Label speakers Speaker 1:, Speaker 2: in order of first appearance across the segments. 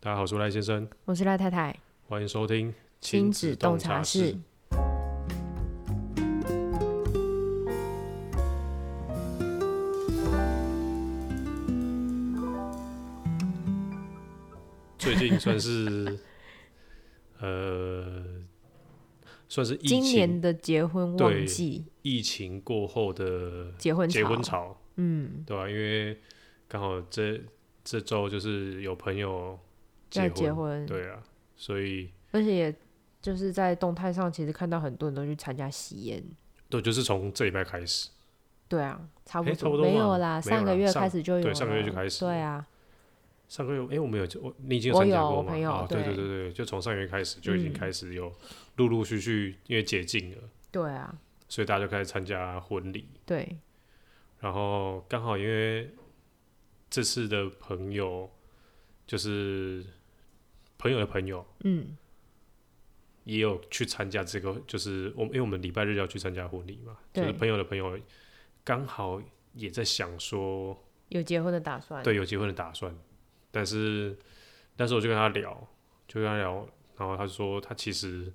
Speaker 1: 大家好，我是赖先生，
Speaker 2: 我是赖太太，
Speaker 1: 欢迎收听
Speaker 2: 亲子洞察室。。
Speaker 1: 最近算是 呃，算是疫
Speaker 2: 今年
Speaker 1: 情
Speaker 2: 的结婚旺季，
Speaker 1: 疫情过后的
Speaker 2: 结婚
Speaker 1: 结婚
Speaker 2: 潮，
Speaker 1: 潮，
Speaker 2: 嗯，
Speaker 1: 对吧、啊因为刚好这这周就是有朋友结
Speaker 2: 要
Speaker 1: 婚，
Speaker 2: 结婚，
Speaker 1: 对啊，所以
Speaker 2: 而且也就是在动态上，其实看到很多人都去参加喜宴。
Speaker 1: 对，就是从这礼拜开始，
Speaker 2: 对啊，差不
Speaker 1: 诶差不多
Speaker 2: 没有
Speaker 1: 嘛
Speaker 2: 啦，
Speaker 1: 没有啦
Speaker 2: 上个月
Speaker 1: 上
Speaker 2: 开始就有了，
Speaker 1: 对上个月就开始
Speaker 2: 对啊，
Speaker 1: 上个月，哎、我们有我你已经
Speaker 2: 我
Speaker 1: 参加
Speaker 2: 有
Speaker 1: 过
Speaker 2: 我
Speaker 1: 吗？
Speaker 2: 朋友
Speaker 1: 哦，对
Speaker 2: 对
Speaker 1: 对对，就从上个月开始就已经
Speaker 2: 嗯
Speaker 1: 开始有陆陆续续，因为解禁了，
Speaker 2: 对啊，
Speaker 1: 所以大家就开始参加婚礼。
Speaker 2: 对，
Speaker 1: 然后刚好因为这次的朋友就是朋友的朋友
Speaker 2: 嗯，
Speaker 1: 也有去参加这个，就是我们因为我们礼拜日要去参加婚礼嘛，就
Speaker 2: 对
Speaker 1: 是朋友的朋友刚好也在想说，
Speaker 2: 有结婚的打算，
Speaker 1: 对，有结婚的打算，但是那时候我就跟他聊，就跟他聊，然后他说他其实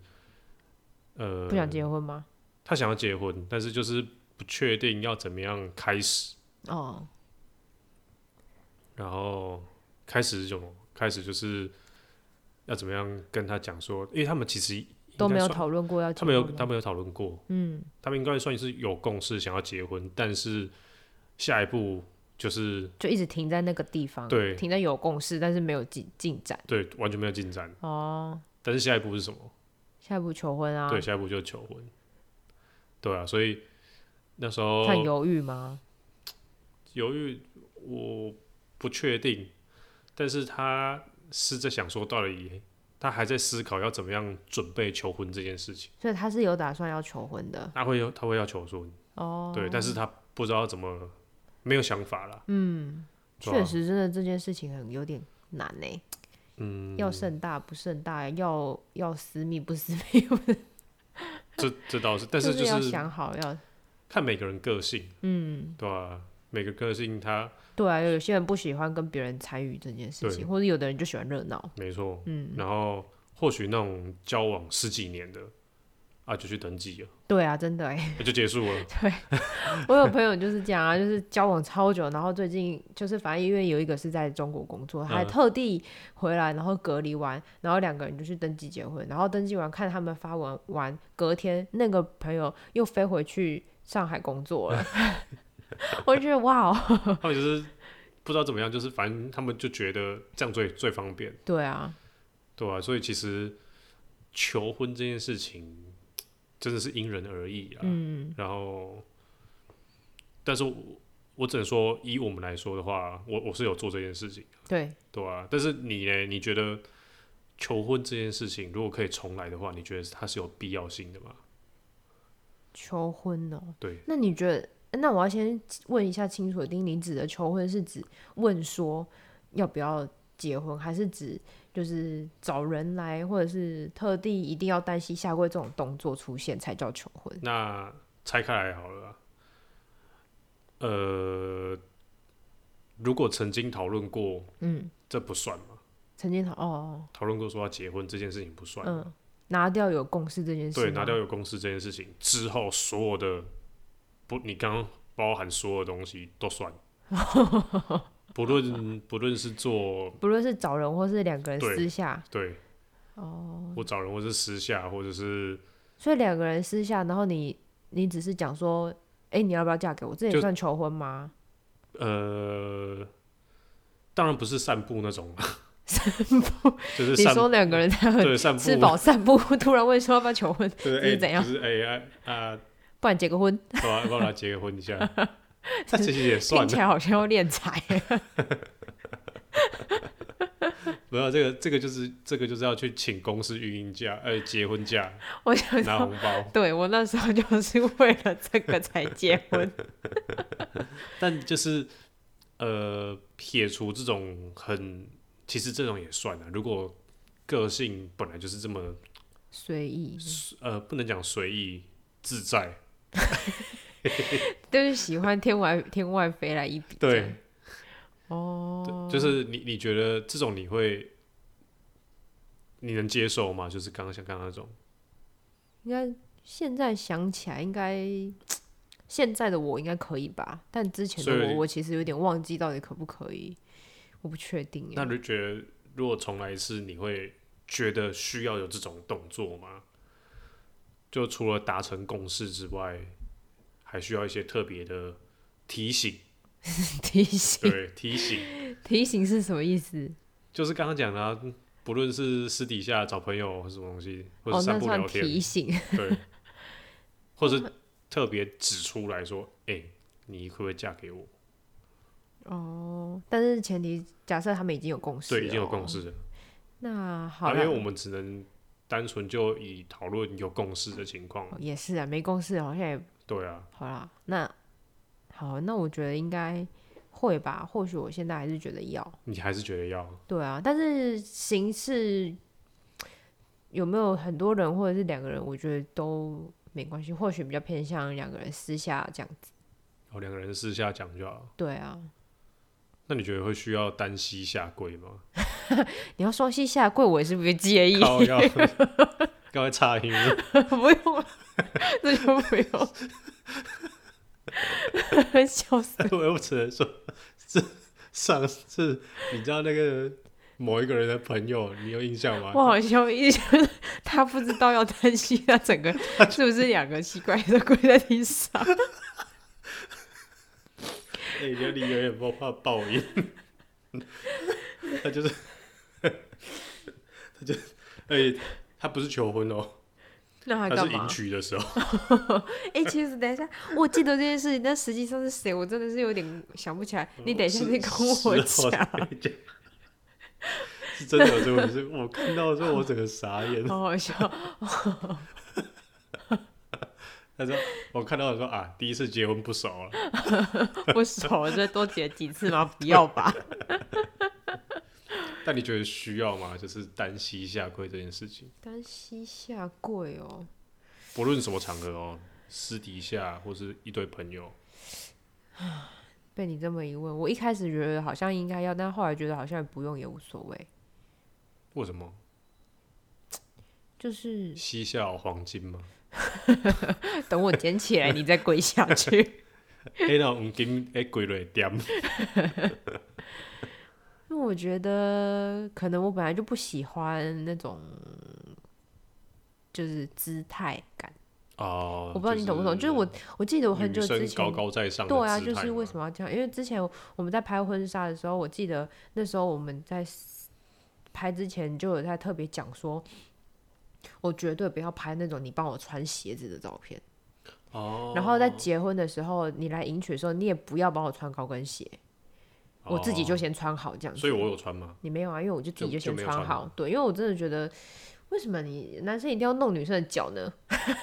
Speaker 1: 呃
Speaker 2: 不想结婚吗？
Speaker 1: 他想要结婚，但是就是不确定要怎么样开始，
Speaker 2: 哦，
Speaker 1: 然后开始这种开始就是要怎么样跟他讲说，因为他们其实应该
Speaker 2: 都没有
Speaker 1: 算，
Speaker 2: 讨论过要结
Speaker 1: 他
Speaker 2: 婚
Speaker 1: 们有
Speaker 2: 吗
Speaker 1: 他们有讨论过，
Speaker 2: 嗯，
Speaker 1: 他们应该算是有共识想要结婚，但是下一步就是
Speaker 2: 就一直停在那个地方，
Speaker 1: 对
Speaker 2: 停在有共识，但是没有进进展。
Speaker 1: 对完全没有进展，
Speaker 2: 哦，
Speaker 1: 但是下一步是什么？
Speaker 2: 下一步求婚啊，
Speaker 1: 对，下一步就是求婚。对啊，所以那时候
Speaker 2: 他很犹豫吗？
Speaker 1: 犹豫，我不确定，但是他是在想说，到底他还在思考要怎么样准备求婚这件事情。
Speaker 2: 所以他是有打算要求婚的
Speaker 1: 他会他会要求婚，
Speaker 2: 哦。
Speaker 1: 对，但是他不知道怎么，没有想法啦。
Speaker 2: 嗯，
Speaker 1: 对啊
Speaker 2: 确实，真的这件事情很有点难呢、
Speaker 1: 嗯，
Speaker 2: 要盛大不盛大，要要私密不私 密，
Speaker 1: 这这 倒是，但是
Speaker 2: 就
Speaker 1: 就
Speaker 2: 要
Speaker 1: 是
Speaker 2: 想好要
Speaker 1: 看每个人个性，
Speaker 2: 嗯，
Speaker 1: 对吧、每个个性他
Speaker 2: 对啊，有些人不喜欢跟别人参与这件事
Speaker 1: 对
Speaker 2: 情，或者有的人就喜欢热闹，
Speaker 1: 没错，
Speaker 2: 嗯，
Speaker 1: 然后或许那种交往十几年的啊，就去登记了，
Speaker 2: 对啊，真的哎、
Speaker 1: 那就结束了。
Speaker 2: 我有朋友就是这样啊，就是交往超久，然后最近就是反正因为有一个是在中国工作，他还
Speaker 1: 嗯
Speaker 2: 特地回来，然后隔离完，然后两个人就去登记结婚，然后登记完看他们发文完，隔天那个朋友又飞回去上海工作了， 我就觉得哇哦，
Speaker 1: 他们就是不知道怎么样，就是反正他们就觉得这样最最方便，
Speaker 2: 对啊，
Speaker 1: 对吧、所以其实求婚这件事情真的是因人而异啊。
Speaker 2: 嗯，
Speaker 1: 然后，但是我我只能说，以我们来说的话，我我是有做这件事情，
Speaker 2: 对，
Speaker 1: 对吧、但是你呢？你觉得求婚这件事情如果可以重来的话，你觉得它是有必要性的吗？
Speaker 2: 求婚哦，
Speaker 1: 对，
Speaker 2: 那你觉得？那我要先问一下清楚丁，你指的求婚是指问说要不要结婚，还是指就是找人来，或者是特地一定要单膝下跪这种动作出现才叫求婚？
Speaker 1: 那拆开来好了啊。呃，如果曾经讨论过，
Speaker 2: 嗯，
Speaker 1: 这不算嘛？
Speaker 2: 曾经讨哦，
Speaker 1: 讨论过说要结婚这件事情不算。
Speaker 2: 嗯，啊拿掉有共识这件事吗，
Speaker 1: 对，拿掉有公司这件事情之后，所有的不，你刚刚包含所有东西都 算，不论不论是做
Speaker 2: 不论是找人或是两个人
Speaker 1: 对
Speaker 2: 私下
Speaker 1: 对
Speaker 2: 哦，
Speaker 1: 我找人，或是私下，或者是
Speaker 2: 所以两个人私下，然后你你只是讲说，哎、你要不要嫁给我？这
Speaker 1: 就
Speaker 2: 也算求婚吗？
Speaker 1: 呃，当然不是散步那种，啊
Speaker 2: 散步？
Speaker 1: 就是
Speaker 2: 你
Speaker 1: 散
Speaker 2: 说两个人在
Speaker 1: 对散步
Speaker 2: 吃饱散步， 突然问说要不要求婚，
Speaker 1: 就是
Speaker 2: 这
Speaker 1: 哎
Speaker 2: 是怎样
Speaker 1: 就是哎啊啊，
Speaker 2: 不然结个婚，
Speaker 1: 对啊要不要来结个婚一 下？那其实也算了
Speaker 2: 听起，来好像要练财。
Speaker 1: 没有这个这个就是这个就是要去请公司育婴假，呃，结婚假
Speaker 2: 我想
Speaker 1: 拿
Speaker 2: 说，
Speaker 1: 红包。
Speaker 2: 对我那时候就是为了这个才结 婚。
Speaker 1: 但就是呃，撇除这种很，其实这种也算啊。如果个性本来就是这么
Speaker 2: 随意，
Speaker 1: 呃，不能讲随意自在，
Speaker 2: 就是喜欢天外 天外飞来一笔。
Speaker 1: 对，
Speaker 2: 哦，
Speaker 1: 对就是你你觉得这种你会你能接受吗？就是刚刚像刚刚那种，
Speaker 2: 应该现在想起来，应该现在的我应该可以吧？但之前
Speaker 1: 所
Speaker 2: 的
Speaker 1: 以
Speaker 2: 我，我其实有点忘记到底可不可以，我不确定耶。
Speaker 1: 那你就觉得如果重来一次，你会觉得需要有这种动作吗？就除了达成共识之外，还需要一些特别的提 醒，
Speaker 2: 提醒
Speaker 1: 对，提醒。
Speaker 2: 提醒是什么意思？
Speaker 1: 就是刚刚讲的、啊，不论是私底下找朋友或什么东西，或者
Speaker 2: 哦，
Speaker 1: 散
Speaker 2: 那
Speaker 1: 步聊
Speaker 2: 算
Speaker 1: 天，
Speaker 2: 提哦醒。
Speaker 1: 对，或是特别指出来说，哎、你可不可以嫁给我？
Speaker 2: 哦，但是前提假设他们已经有共识，
Speaker 1: 对，已经有共。识了，
Speaker 2: 那
Speaker 1: 啊
Speaker 2: 哦好
Speaker 1: 因
Speaker 2: 啦，
Speaker 1: 为我们只能单纯就以讨论有共识的情况
Speaker 2: 哦，也是啊，没共识好像也
Speaker 1: 对啊，
Speaker 2: 好啦。那好，那我觉得应该会吧。或许我现在还是觉得要，
Speaker 1: 你还是觉得要，
Speaker 2: 对啊。但是形式有没有很多人或者是两个人，我觉得都没关系。或许比较偏向两个人私下这样子，
Speaker 1: 哦，两个人私下讲就好了。
Speaker 2: 对啊。
Speaker 1: 那你觉得会需要单膝下跪 吗？
Speaker 2: 你要双膝下跪，我也是不介意，
Speaker 1: 靠要， 刚才差音 了，
Speaker 2: 不用了， 这就不用， 笑死。
Speaker 1: 我又只能说，这上次你知道那个某一个人的朋友，你有印象吗？
Speaker 2: 我好像一直他不知道要担心他 整个是不是两个奇怪的跪在地上，
Speaker 1: 哎、欸，就离远远不怕爆音， 他就是， 他就，哎、他不是求婚哦，
Speaker 2: 那他
Speaker 1: 他
Speaker 2: 干
Speaker 1: 是
Speaker 2: 嘛
Speaker 1: 迎？娶的时候，
Speaker 2: 哎、其实等一下，我记得这件事情，但实际上是谁，我真的是有点想不起来。你等一下
Speaker 1: 嗯是
Speaker 2: 再跟我
Speaker 1: 事后才
Speaker 2: 讲，
Speaker 1: 讲是真的有这回事。我看到之后，啊我整个傻眼。
Speaker 2: 好好笑。
Speaker 1: 他说，我看到我说啊，第一次结婚不熟了，
Speaker 2: 不熟，再多结几次吗？不 要吧。
Speaker 1: 但你觉得需要吗？就是单膝下跪这件事情，
Speaker 2: 单膝下跪哦，
Speaker 1: 不论什么场合哦，私底下或是一堆朋友，
Speaker 2: 被你这么一问，我一开始觉得好像应该要，但后来觉得好像不用也无所谓。
Speaker 1: 为什么
Speaker 2: 就是
Speaker 1: 膝下有黄金吗？
Speaker 2: 等我捡起来，你再跪下去。
Speaker 1: 黑到黄金哎，跪了点。
Speaker 2: 因为我觉得，可能我本来就不喜欢那种就是姿态感。
Speaker 1: 哦，
Speaker 2: 我不知道你懂不懂，就是我我记得我很久
Speaker 1: 女生
Speaker 2: 之前，
Speaker 1: 高高在上的
Speaker 2: 对啊，
Speaker 1: 姿
Speaker 2: 就
Speaker 1: 态
Speaker 2: 是为
Speaker 1: 嘛
Speaker 2: 什么要这样？因为之前我们在拍婚纱的时候，我记得那时候我们在拍之前就有在特别讲说。我绝对不要拍那种你帮我穿鞋子的照片，
Speaker 1: 哦，
Speaker 2: 然后在结婚的时候，你来迎娶的时候，你也不要帮我穿高跟鞋，我自己就
Speaker 1: 哦，
Speaker 2: 先穿好这样子。
Speaker 1: 所以我有穿吗？
Speaker 2: 你没有啊，因为我就自己
Speaker 1: 就就
Speaker 2: 先
Speaker 1: 没有
Speaker 2: 穿
Speaker 1: 穿
Speaker 2: 好。对，因为我真的觉得，为什么你男生一定要弄女生的脚呢？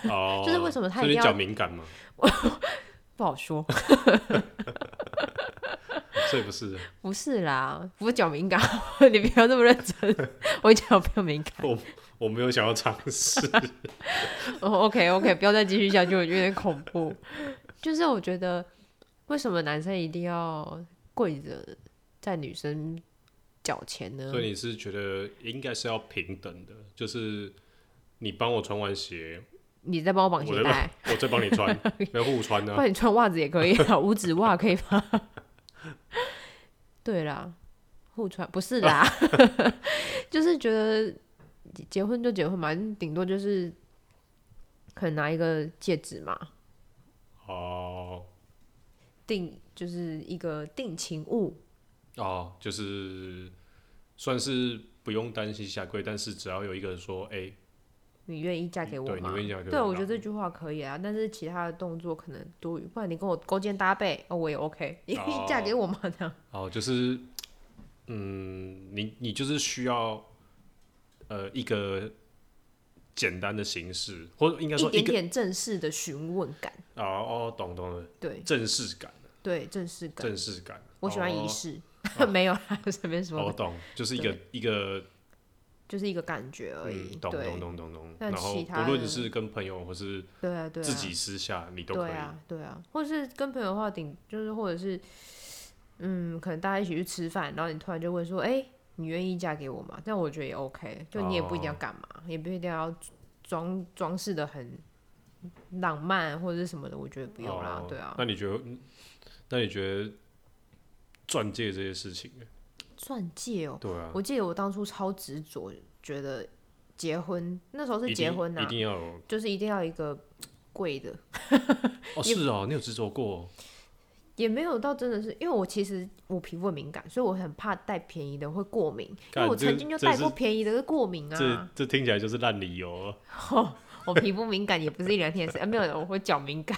Speaker 1: 哦，
Speaker 2: 就是为什么他
Speaker 1: 所以你
Speaker 2: 一定
Speaker 1: 脚
Speaker 2: 要
Speaker 1: 敏感嘛？
Speaker 2: 不好说，
Speaker 1: 所以不是，
Speaker 2: 不是啦，不是脚敏感， 你不要那么认真， 我脚比较敏感。
Speaker 1: 我没有想要尝试。
Speaker 2: 哦、o k OK，不要再继续下去，我觉得有点恐怖。就是我觉得，为什么男生一定要跪着在女生脚前呢
Speaker 1: 所？以你是觉得应该是要平等的，就是你帮我穿完鞋，
Speaker 2: 你再帮我绑
Speaker 1: 我
Speaker 2: 鞋
Speaker 1: 再
Speaker 2: 带，
Speaker 1: 帮我再帮你穿， 没有互穿啊
Speaker 2: 不
Speaker 1: 呢。
Speaker 2: 然你穿袜子也可以啊， 五指袜可以吗？ 对啦，互穿不是啦， 就是觉得结婚就结婚嘛，顶多就是可能拿一个戒指嘛，
Speaker 1: 哦
Speaker 2: 定就是一个定情物，
Speaker 1: 哦，就是算是不用担心下跪，但是只要有一个人说，哎，
Speaker 2: 你愿意嫁给我
Speaker 1: 对你
Speaker 2: 吗？
Speaker 1: 愿意嫁给
Speaker 2: 对，
Speaker 1: 我
Speaker 2: 我觉得
Speaker 1: 吗
Speaker 2: 这句话可以啊，但是其他的动作可能多余，不然你跟我勾肩搭背，哦，我也 OK，你愿意嫁给我吗？ 这样
Speaker 1: 哦，就是，嗯，你你就是需要，呃，一个简单的形式，或者应该
Speaker 2: 一
Speaker 1: 说一
Speaker 2: 点
Speaker 1: 个
Speaker 2: 点正式的询问感，
Speaker 1: 哦哦，懂懂了，
Speaker 2: 对
Speaker 1: 正式感，
Speaker 2: 对，正式感。
Speaker 1: 正式感，
Speaker 2: 我喜欢仪式， 没有啦，随便
Speaker 1: 哦。
Speaker 2: 说
Speaker 1: 我
Speaker 2: 的，
Speaker 1: 懂，就是一个一个，
Speaker 2: 就是一个感觉而已。
Speaker 1: 嗯，懂懂
Speaker 2: 对，
Speaker 1: 懂懂懂。
Speaker 2: 那
Speaker 1: 然后
Speaker 2: 其他
Speaker 1: 不论
Speaker 2: 的
Speaker 1: 是跟朋友或是
Speaker 2: 对啊，对啊，
Speaker 1: 自己私下，你都可
Speaker 2: 对
Speaker 1: 以。
Speaker 2: 啊，对啊，或是跟朋友的话，顶就是或者是，嗯，可能大家一起去吃饭，然后你突然就问说，哎、你愿意嫁给我吗？但我觉得也 OK，就你也不一定要
Speaker 1: 哦
Speaker 2: 干嘛，也不一定要装装饰的很浪漫或者是什么的，我觉得不用啦，
Speaker 1: 哦
Speaker 2: 对啊。
Speaker 1: 那你觉得？嗯那你觉得钻戒这些事情呢？
Speaker 2: 钻戒哦，
Speaker 1: 对啊，
Speaker 2: 我记得我当初超执着，觉得结婚那时候是
Speaker 1: 一
Speaker 2: 结
Speaker 1: 定
Speaker 2: 婚呐、啊
Speaker 1: 一定要有
Speaker 2: 就是一定要一个贵的，
Speaker 1: 哦，是哦，你有执着过
Speaker 2: 也没有到真的是，因为我其实我皮肤很敏感，所以我很怕戴便宜的会过敏，因为
Speaker 1: 干
Speaker 2: 我
Speaker 1: 这
Speaker 2: 曾经就
Speaker 1: 这
Speaker 2: 戴
Speaker 1: 是
Speaker 2: 过便宜的会过敏
Speaker 1: 哦？
Speaker 2: 啊
Speaker 1: 这。这听起来就是烂理由哦了。
Speaker 2: 我皮肤敏感也不是一两天的事，啊、没有，我会脚敏感。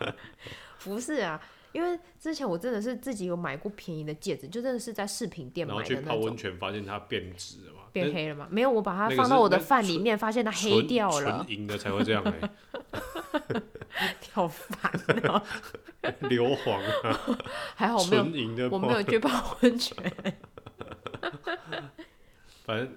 Speaker 2: 不是啊，因为之前我真的是自己有买过便宜的戒指，就真的是在饰品店
Speaker 1: 然后
Speaker 2: 买
Speaker 1: 去
Speaker 2: 的
Speaker 1: 泡
Speaker 2: 那
Speaker 1: 温
Speaker 2: 种。
Speaker 1: 泉，发现它变质了嘛？
Speaker 2: 变
Speaker 1: 那
Speaker 2: 黑了吗？没有，我把它
Speaker 1: 那个
Speaker 2: 放
Speaker 1: 是
Speaker 2: 到我的
Speaker 1: 那
Speaker 2: 饭里面，发现它黑
Speaker 1: 纯
Speaker 2: 掉了，
Speaker 1: 纯银的才会这样欸
Speaker 2: 好烦哦、
Speaker 1: 硫磺啊，
Speaker 2: 还哦好我没有，
Speaker 1: 纯银的
Speaker 2: 我
Speaker 1: 泡，
Speaker 2: 没有去泡温泉。
Speaker 1: 反正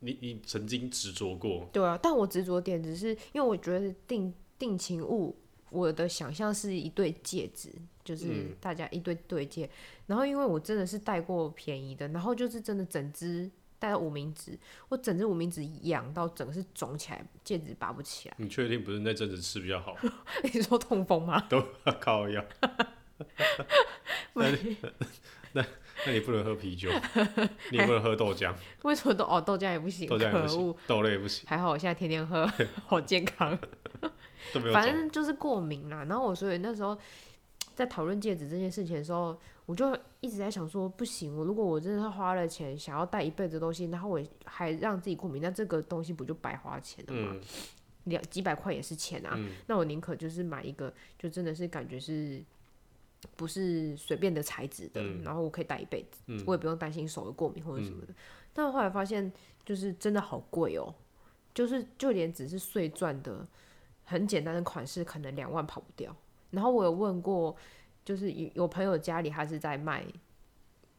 Speaker 1: 你你曾经执着过，
Speaker 2: 对啊，但我执着点只是因为我觉得定定情物，我的想象是一对戒指，就是
Speaker 1: 嗯
Speaker 2: 大家一对对戒。然后因为我真的是戴过便宜的，然后就是真的整只戴到无名指，我整只无名指痒到整个是肿起来，戒指拔不起来。
Speaker 1: 你确定不是那阵子吃比较好？
Speaker 2: 你说痛风吗？
Speaker 1: 都靠药。那你那那你不能喝啤酒，你也不能喝豆浆，
Speaker 2: 为什么都哦豆浆也不行？
Speaker 1: 豆浆也不
Speaker 2: 可
Speaker 1: 行
Speaker 2: 恶！，
Speaker 1: 豆类也不行，
Speaker 2: 还好我现在天天 喝，好健康。
Speaker 1: 都没有
Speaker 2: 反
Speaker 1: 走。
Speaker 2: 正就是过敏啦。然后我所以那时候在讨论戒指这件事情的时候，我就一直在想说，不行，我如果我真的是花了钱想要戴一辈子的东西，然后我还让自己过敏，那这个东西不就白花钱了吗？
Speaker 1: 嗯，
Speaker 2: 两几百块也是钱啊，
Speaker 1: 嗯
Speaker 2: 那我宁可就是买一个，就真的是感觉是。不是随便的材质的，
Speaker 1: 嗯
Speaker 2: 然后我可以戴一辈子，
Speaker 1: 嗯
Speaker 2: 我也不用担心手的过敏或者什么的。但后来发现，就是真的好贵哦、就是就连只是碎钻的很简单的款式，可能两万跑不掉。然后我有问过，就是有有朋友家里他是在卖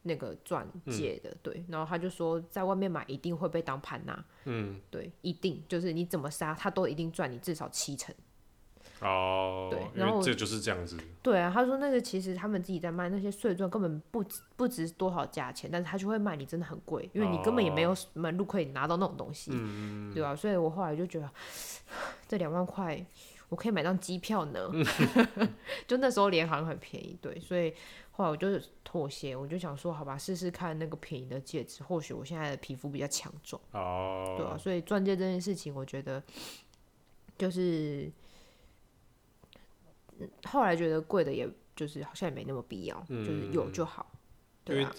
Speaker 2: 那个钻戒的，对，然后他就说在外面买一定会被当盘拿，嗯，对，一定就是你怎么杀他都一定赚你至少七成。
Speaker 1: 哦
Speaker 2: 对，
Speaker 1: 因
Speaker 2: 然后
Speaker 1: 为这就是这样子。
Speaker 2: 对啊，他说那个其实他们自己在卖那些碎钻根本不值不值多少价钱，但是他就会卖你真的很贵，因为你根本也没有门路可以拿到那种东西，对啊，所以我后来就觉得这两万块我可以买张机票呢，就那时候联航很便宜，对，所以后来我就妥协，我就想说好吧，试试看那个便宜的戒指，或许我现在的皮肤比较强壮。
Speaker 1: 哦，
Speaker 2: 对啊，所以钻戒这件事情，我觉得就是嗯后来觉得贵的，也就是好像也没那么必要，
Speaker 1: 嗯
Speaker 2: 就是有就好。对啊，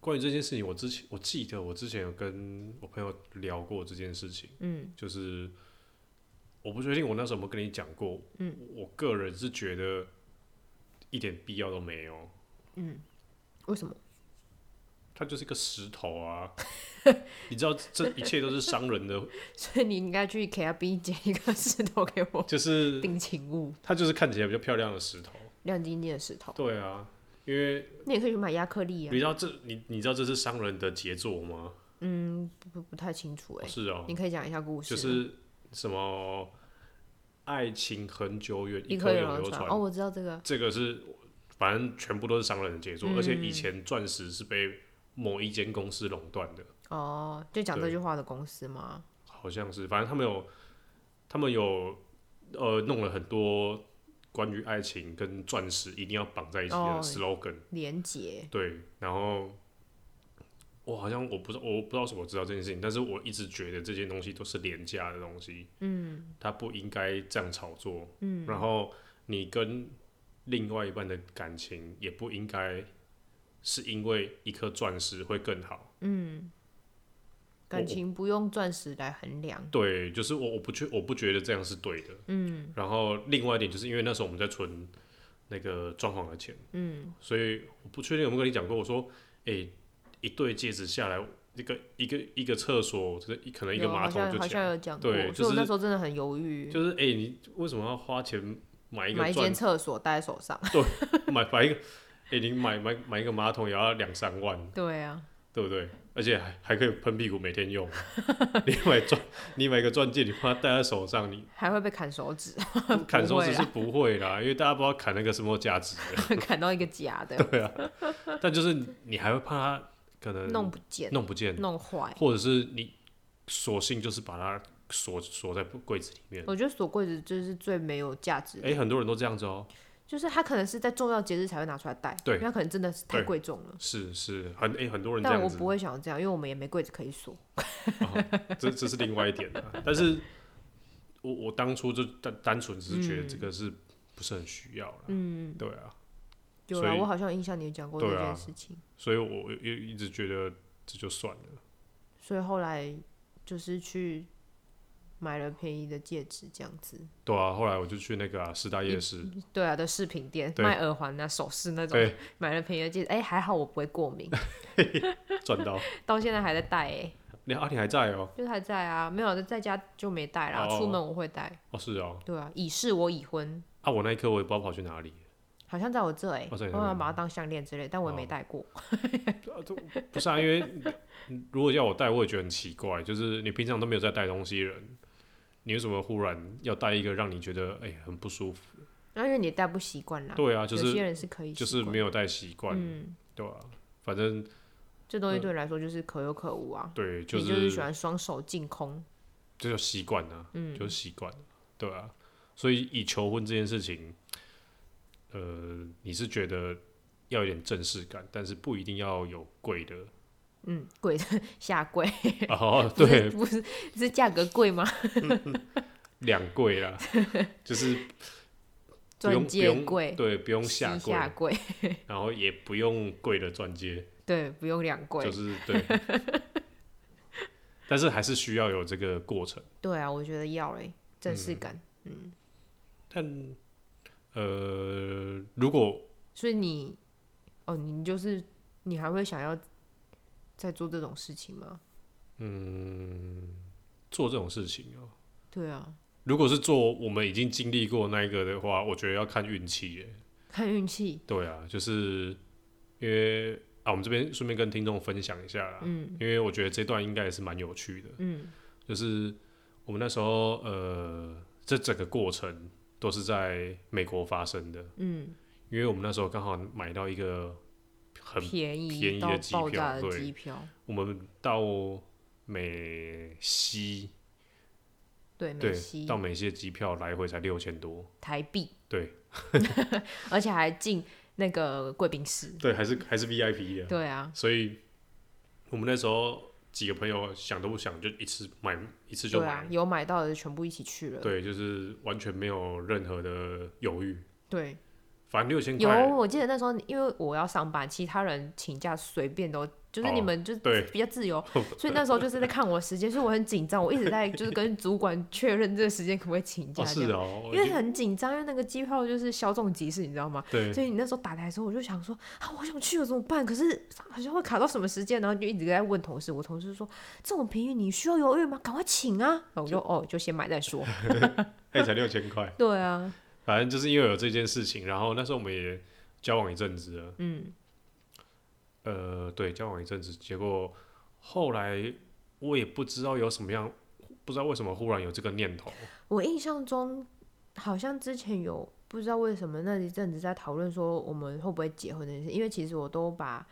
Speaker 1: 关于这件事情，我之前我记得我之前有跟我朋友聊过这件事情，嗯，就是我不确定我那时候有没有跟你讲过，嗯，我个人是觉得一点必要都没有，
Speaker 2: 为什么？
Speaker 1: 它就是一个石头啊，你知道这一切都是商人 的，
Speaker 2: 所以你应该去 K R B 捡一个石头给我，
Speaker 1: 就是
Speaker 2: 定情物，
Speaker 1: 它就是看起来比较漂亮的石头，
Speaker 2: 亮晶晶的石头。
Speaker 1: 对啊，因为
Speaker 2: 那也可以去买亚克
Speaker 1: 你
Speaker 2: 力啊
Speaker 1: 知。道这你你知道这是商人的杰作吗？
Speaker 2: 嗯，不不不太清楚哎、
Speaker 1: 是哦，
Speaker 2: 你可以讲一下故事
Speaker 1: 就
Speaker 2: 吗。
Speaker 1: 是什么爱情很久远，
Speaker 2: 一
Speaker 1: 颗
Speaker 2: 颗
Speaker 1: 永
Speaker 2: 流
Speaker 1: 流
Speaker 2: 传
Speaker 1: 传
Speaker 2: 哦，我知道这个。
Speaker 1: 这个是反正全部都是商人的杰作，而且以前钻石是被某一间公司垄断的，
Speaker 2: 哦，就讲这
Speaker 1: 对
Speaker 2: 句话的公司吗？
Speaker 1: 好像是，反正他们有他们有呃弄了很多关于爱情跟钻石一定要绑在一起
Speaker 2: 哦
Speaker 1: 的 slogan，、
Speaker 2: 连结，
Speaker 1: 对，然后。我好像我不知道，我不知道什么知道这件事情，但是我一直觉得这些东西都是廉价的东西，嗯，它不应该这样炒作，嗯，然后你跟另外一半的感情也不应该是因为一颗钻石会更好，
Speaker 2: 感情不用钻石来衡量。
Speaker 1: 对，就是我我不觉我不觉得这样是对的，嗯。然后另外一点就是因为那时候我们在存那个装潢的钱，嗯，所以我不确定有没有跟你讲过，我说，哎、一对戒指下来，一个一个一个厕所，就是一可能一个
Speaker 2: 有
Speaker 1: 马
Speaker 2: 好
Speaker 1: 桶
Speaker 2: 像
Speaker 1: 就
Speaker 2: 好
Speaker 1: 钱，
Speaker 2: 像有讲过，
Speaker 1: 对
Speaker 2: 所以
Speaker 1: 就
Speaker 2: 我
Speaker 1: 是
Speaker 2: 那时候真的很犹豫，
Speaker 1: 就是哎、你为什么要花钱买一
Speaker 2: 买
Speaker 1: 个
Speaker 2: 一
Speaker 1: 钻
Speaker 2: 间厕所戴在 手上。
Speaker 1: 买买一个，哎、你买买买一个马桶也要两三万，
Speaker 2: 对啊，
Speaker 1: 对不对？而且还还可以喷屁股，每天用。啊 你买钻，你买个钻戒，你把它戴在手上，你
Speaker 2: 还会被砍手指，
Speaker 1: 砍手指
Speaker 2: 不会
Speaker 1: 是
Speaker 2: 啊
Speaker 1: 不会啦，因为大家不知道 砍那个什么价值的。
Speaker 2: 砍到一个假的。
Speaker 1: 但就是你还会怕它可能
Speaker 2: 弄不见、
Speaker 1: 弄不见，
Speaker 2: 弄坏。
Speaker 1: 或者是你索性就是把它锁锁在柜子里面。
Speaker 2: 我觉得锁柜子就是最没有价值的，
Speaker 1: 哎、很多人都这样子哦、
Speaker 2: 就是它可能是在重要节日才会拿出来戴，
Speaker 1: 对
Speaker 2: 因为它可能真的是太
Speaker 1: 对
Speaker 2: 贵重了。
Speaker 1: 是是，很哎、很多人这
Speaker 2: 但
Speaker 1: 样
Speaker 2: 我
Speaker 1: 子
Speaker 2: 不，会想要这样，因为我们也没柜子可以锁。
Speaker 1: 这这是另外一点的、 但是我我当初就单单纯只是觉得这个是不是很需要了，嗯，对啊，
Speaker 2: 有
Speaker 1: 所
Speaker 2: 啦，
Speaker 1: 以
Speaker 2: 我好像有印象你有讲过
Speaker 1: 对
Speaker 2: 这
Speaker 1: 啊
Speaker 2: 件事情，
Speaker 1: 所以我又一直觉得这就算了，
Speaker 2: 所以后来就是去买了便宜的戒指，这样子。
Speaker 1: 对啊，后来我就去那个啊师大夜市，
Speaker 2: 对啊，的饰品店
Speaker 1: 对
Speaker 2: 卖耳环啊、首饰那种
Speaker 1: 对，
Speaker 2: 买了便宜的戒指，哎、还好我不会 过敏，
Speaker 1: 赚到，
Speaker 2: 到现在还在戴哎、
Speaker 1: 你啊你还在哦、
Speaker 2: 就是还在啊，没有在家就没戴啦，
Speaker 1: 哦
Speaker 2: 出门我会戴。
Speaker 1: 哦是哦、
Speaker 2: 对啊，已是我已婚，
Speaker 1: 啊我那一刻我也不知道跑去哪里，
Speaker 2: 好像在我这哎、
Speaker 1: 哦
Speaker 2: 我
Speaker 1: 在你
Speaker 2: 想
Speaker 1: 那边
Speaker 2: 把它当项链之类，但
Speaker 1: 哦
Speaker 2: 我也没戴过。
Speaker 1: 不是啊，因为 如果要我带，我也觉得很奇怪。就是你平常都没有在带东西的人，你为什么忽然要带一个让你觉得哎、很不舒服？
Speaker 2: 那、因为你戴不习惯啦，
Speaker 1: 对啊，就
Speaker 2: 有些
Speaker 1: 是
Speaker 2: 人是可以习
Speaker 1: 就
Speaker 2: 惯，
Speaker 1: 是没有带习惯，
Speaker 2: 嗯，
Speaker 1: 对啊，反正
Speaker 2: 这东西对你来说就是可有可无啊。
Speaker 1: 对，
Speaker 2: 你
Speaker 1: 是
Speaker 2: 就是喜欢嗯双手净空，
Speaker 1: 这就习惯啊，就是习惯，对啊。所以以求婚这件事情，呃，你是觉得要有点正式感，但是不一定要有贵的。
Speaker 2: 嗯，贵的下跪，
Speaker 1: 哦，
Speaker 2: 不是
Speaker 1: 对，
Speaker 2: 不是是价格贵吗？
Speaker 1: 两贵啦， 就是不用
Speaker 2: 钻
Speaker 1: 不用
Speaker 2: 戒贵，
Speaker 1: 对，不用
Speaker 2: 膝
Speaker 1: 下跪，
Speaker 2: 下跪，
Speaker 1: 然后也不用贵的钻戒，
Speaker 2: 对，不用两跪
Speaker 1: 就，是对。 但是还是需要有这个过程，
Speaker 2: 对啊，我觉得要嘞，正
Speaker 1: 嗯
Speaker 2: 式感。
Speaker 1: 但呃，如果
Speaker 2: 所以你，哦，你就是你还会想要再做这种事情吗？
Speaker 1: 做这种事情啊，
Speaker 2: 对啊，
Speaker 1: 如果是做我们已经经历过那一个的话，我觉得要看运气耶。
Speaker 2: 看运气。
Speaker 1: 对啊，就是因为啊，我们这边顺便跟听众分享一下啦，嗯，因为我觉得这段应该也是蛮有趣的，
Speaker 2: 嗯，
Speaker 1: 就是我们那时候呃，这整个过程都是在美国发生的，
Speaker 2: 嗯，
Speaker 1: 因为我们那时候刚好买到一个很，
Speaker 2: 便宜
Speaker 1: 便宜
Speaker 2: 到
Speaker 1: 的机
Speaker 2: 爆
Speaker 1: 票
Speaker 2: 炸的
Speaker 1: 对
Speaker 2: 机票，
Speaker 1: 我们到美西，
Speaker 2: 对，
Speaker 1: 对
Speaker 2: 美西，
Speaker 1: 到美西的机票来回才六千多，
Speaker 2: 台币，
Speaker 1: 对
Speaker 2: 而且还进那个贵宾室。
Speaker 1: 对，还是还是 VIP 的，
Speaker 2: 对啊，
Speaker 1: 所以我们那时候几个朋友想都不想，就一次买一次就
Speaker 2: 对
Speaker 1: 买
Speaker 2: 啊
Speaker 1: 了，，
Speaker 2: 有买到的全部一起去了。
Speaker 1: 对，就是完全没有任何的犹豫，
Speaker 2: 对，
Speaker 1: 反正六千
Speaker 2: 有，
Speaker 1: 块，
Speaker 2: 我记得那时候因为我要上班，其他人请假随便都，就是你
Speaker 1: 哦
Speaker 2: 们就 是
Speaker 1: 对
Speaker 2: 比较自由，所以那时候就是在看我的时间，所以我很紧张，我一直在就是跟主管确认这个时间可不可以请假
Speaker 1: 哦
Speaker 2: 这
Speaker 1: 是
Speaker 2: 样，
Speaker 1: 哦，我
Speaker 2: 因为
Speaker 1: 就
Speaker 2: 很紧张，因为那个机票就是稍纵即逝，你知道吗？
Speaker 1: 对
Speaker 2: 所以你那时候打来的时候，我就想说啊，我想去了怎么办？可是好像会卡到什么时间，然后就一直在问同事。我同事说这种便宜你需要犹豫吗？赶快请啊！然后我就哦，就先买 再说。
Speaker 1: 那哎才六千块，
Speaker 2: 对啊，
Speaker 1: 反正就是因为有这件事情，然后那时候我们也交往一阵子了，嗯，呃，对，交往一阵子，结果后来我也不知道有什么样，不知道为什么忽然有这个念头，
Speaker 2: 我印象中好像之前有不知道为什么那一阵子在讨论说我们会不会结婚这件事，因为其实我都把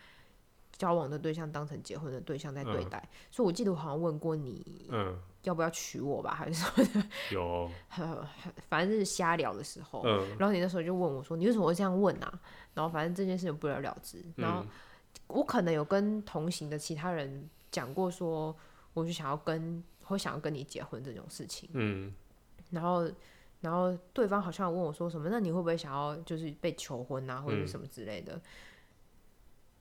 Speaker 2: 交往的对象当成结婚的对象在对
Speaker 1: 嗯
Speaker 2: 待，所以我记得我好像问过你
Speaker 1: 嗯，
Speaker 2: 要不要娶我吧，还是什么的，
Speaker 1: 有，
Speaker 2: 反正是瞎聊的时候，
Speaker 1: 嗯，
Speaker 2: 然后你那时候就问我说你为什么会这样问啊？然后反正这件事情不了了之，然
Speaker 1: 嗯
Speaker 2: 后我可能有跟同行的其他人讲过说，我就想要跟我想要跟你结婚这种事情。
Speaker 1: 嗯，
Speaker 2: 然后然后对方好像问我说什么，那你会不会想要就是被求婚啊，
Speaker 1: 嗯
Speaker 2: 或者是什么之类的？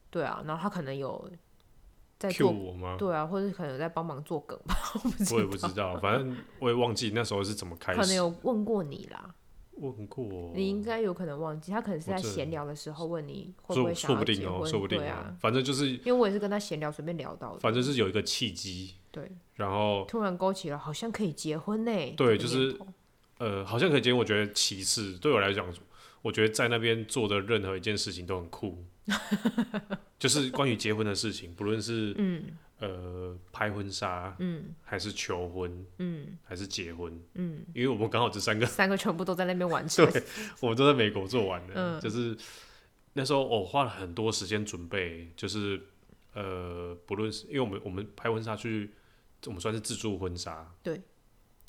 Speaker 2: 对啊，然后他可能有在
Speaker 1: 嗯 Q
Speaker 2: 做，
Speaker 1: 我吗？
Speaker 2: 对啊，或者可能有在帮忙做梗吧，我不
Speaker 1: 我也
Speaker 2: 知
Speaker 1: 不
Speaker 2: 道，
Speaker 1: 知道，反正我也忘记那时候是怎么开
Speaker 2: 可能
Speaker 1: 始。
Speaker 2: 有问过你啦，
Speaker 1: 问过，
Speaker 2: 你应该有可能忘记，他可能是在
Speaker 1: 我真的
Speaker 2: 闲聊的时候问你会不
Speaker 1: 说
Speaker 2: 会想
Speaker 1: 说
Speaker 2: 要
Speaker 1: 不
Speaker 2: 结
Speaker 1: 定
Speaker 2: 婚，
Speaker 1: 哦，说不定
Speaker 2: 对
Speaker 1: 哦
Speaker 2: 啊，，
Speaker 1: 反正就是
Speaker 2: 因为我也是跟他闲聊随便聊到的，
Speaker 1: 反正是有一个契机，
Speaker 2: 对，
Speaker 1: 然后
Speaker 2: 突然勾起了好像可以结婚呢、
Speaker 1: 对
Speaker 2: 这个
Speaker 1: 就是
Speaker 2: 念头
Speaker 1: 呃，好像可以结婚，我觉得其次对我来讲，我觉得在那边做的任何一件事情都很 酷，就是关于结婚的事情，不论是嗯呃拍婚纱，嗯，还是求婚，嗯，还是结婚，嗯，因为我们刚好这三个
Speaker 2: 三个全部都在那边完成，
Speaker 1: 我们都在美嗯哦国做完的，就是那时候我、花了很多时间准备，就是呃，不论是因为我们我们拍婚纱去，我们算是自助婚纱，
Speaker 2: 对，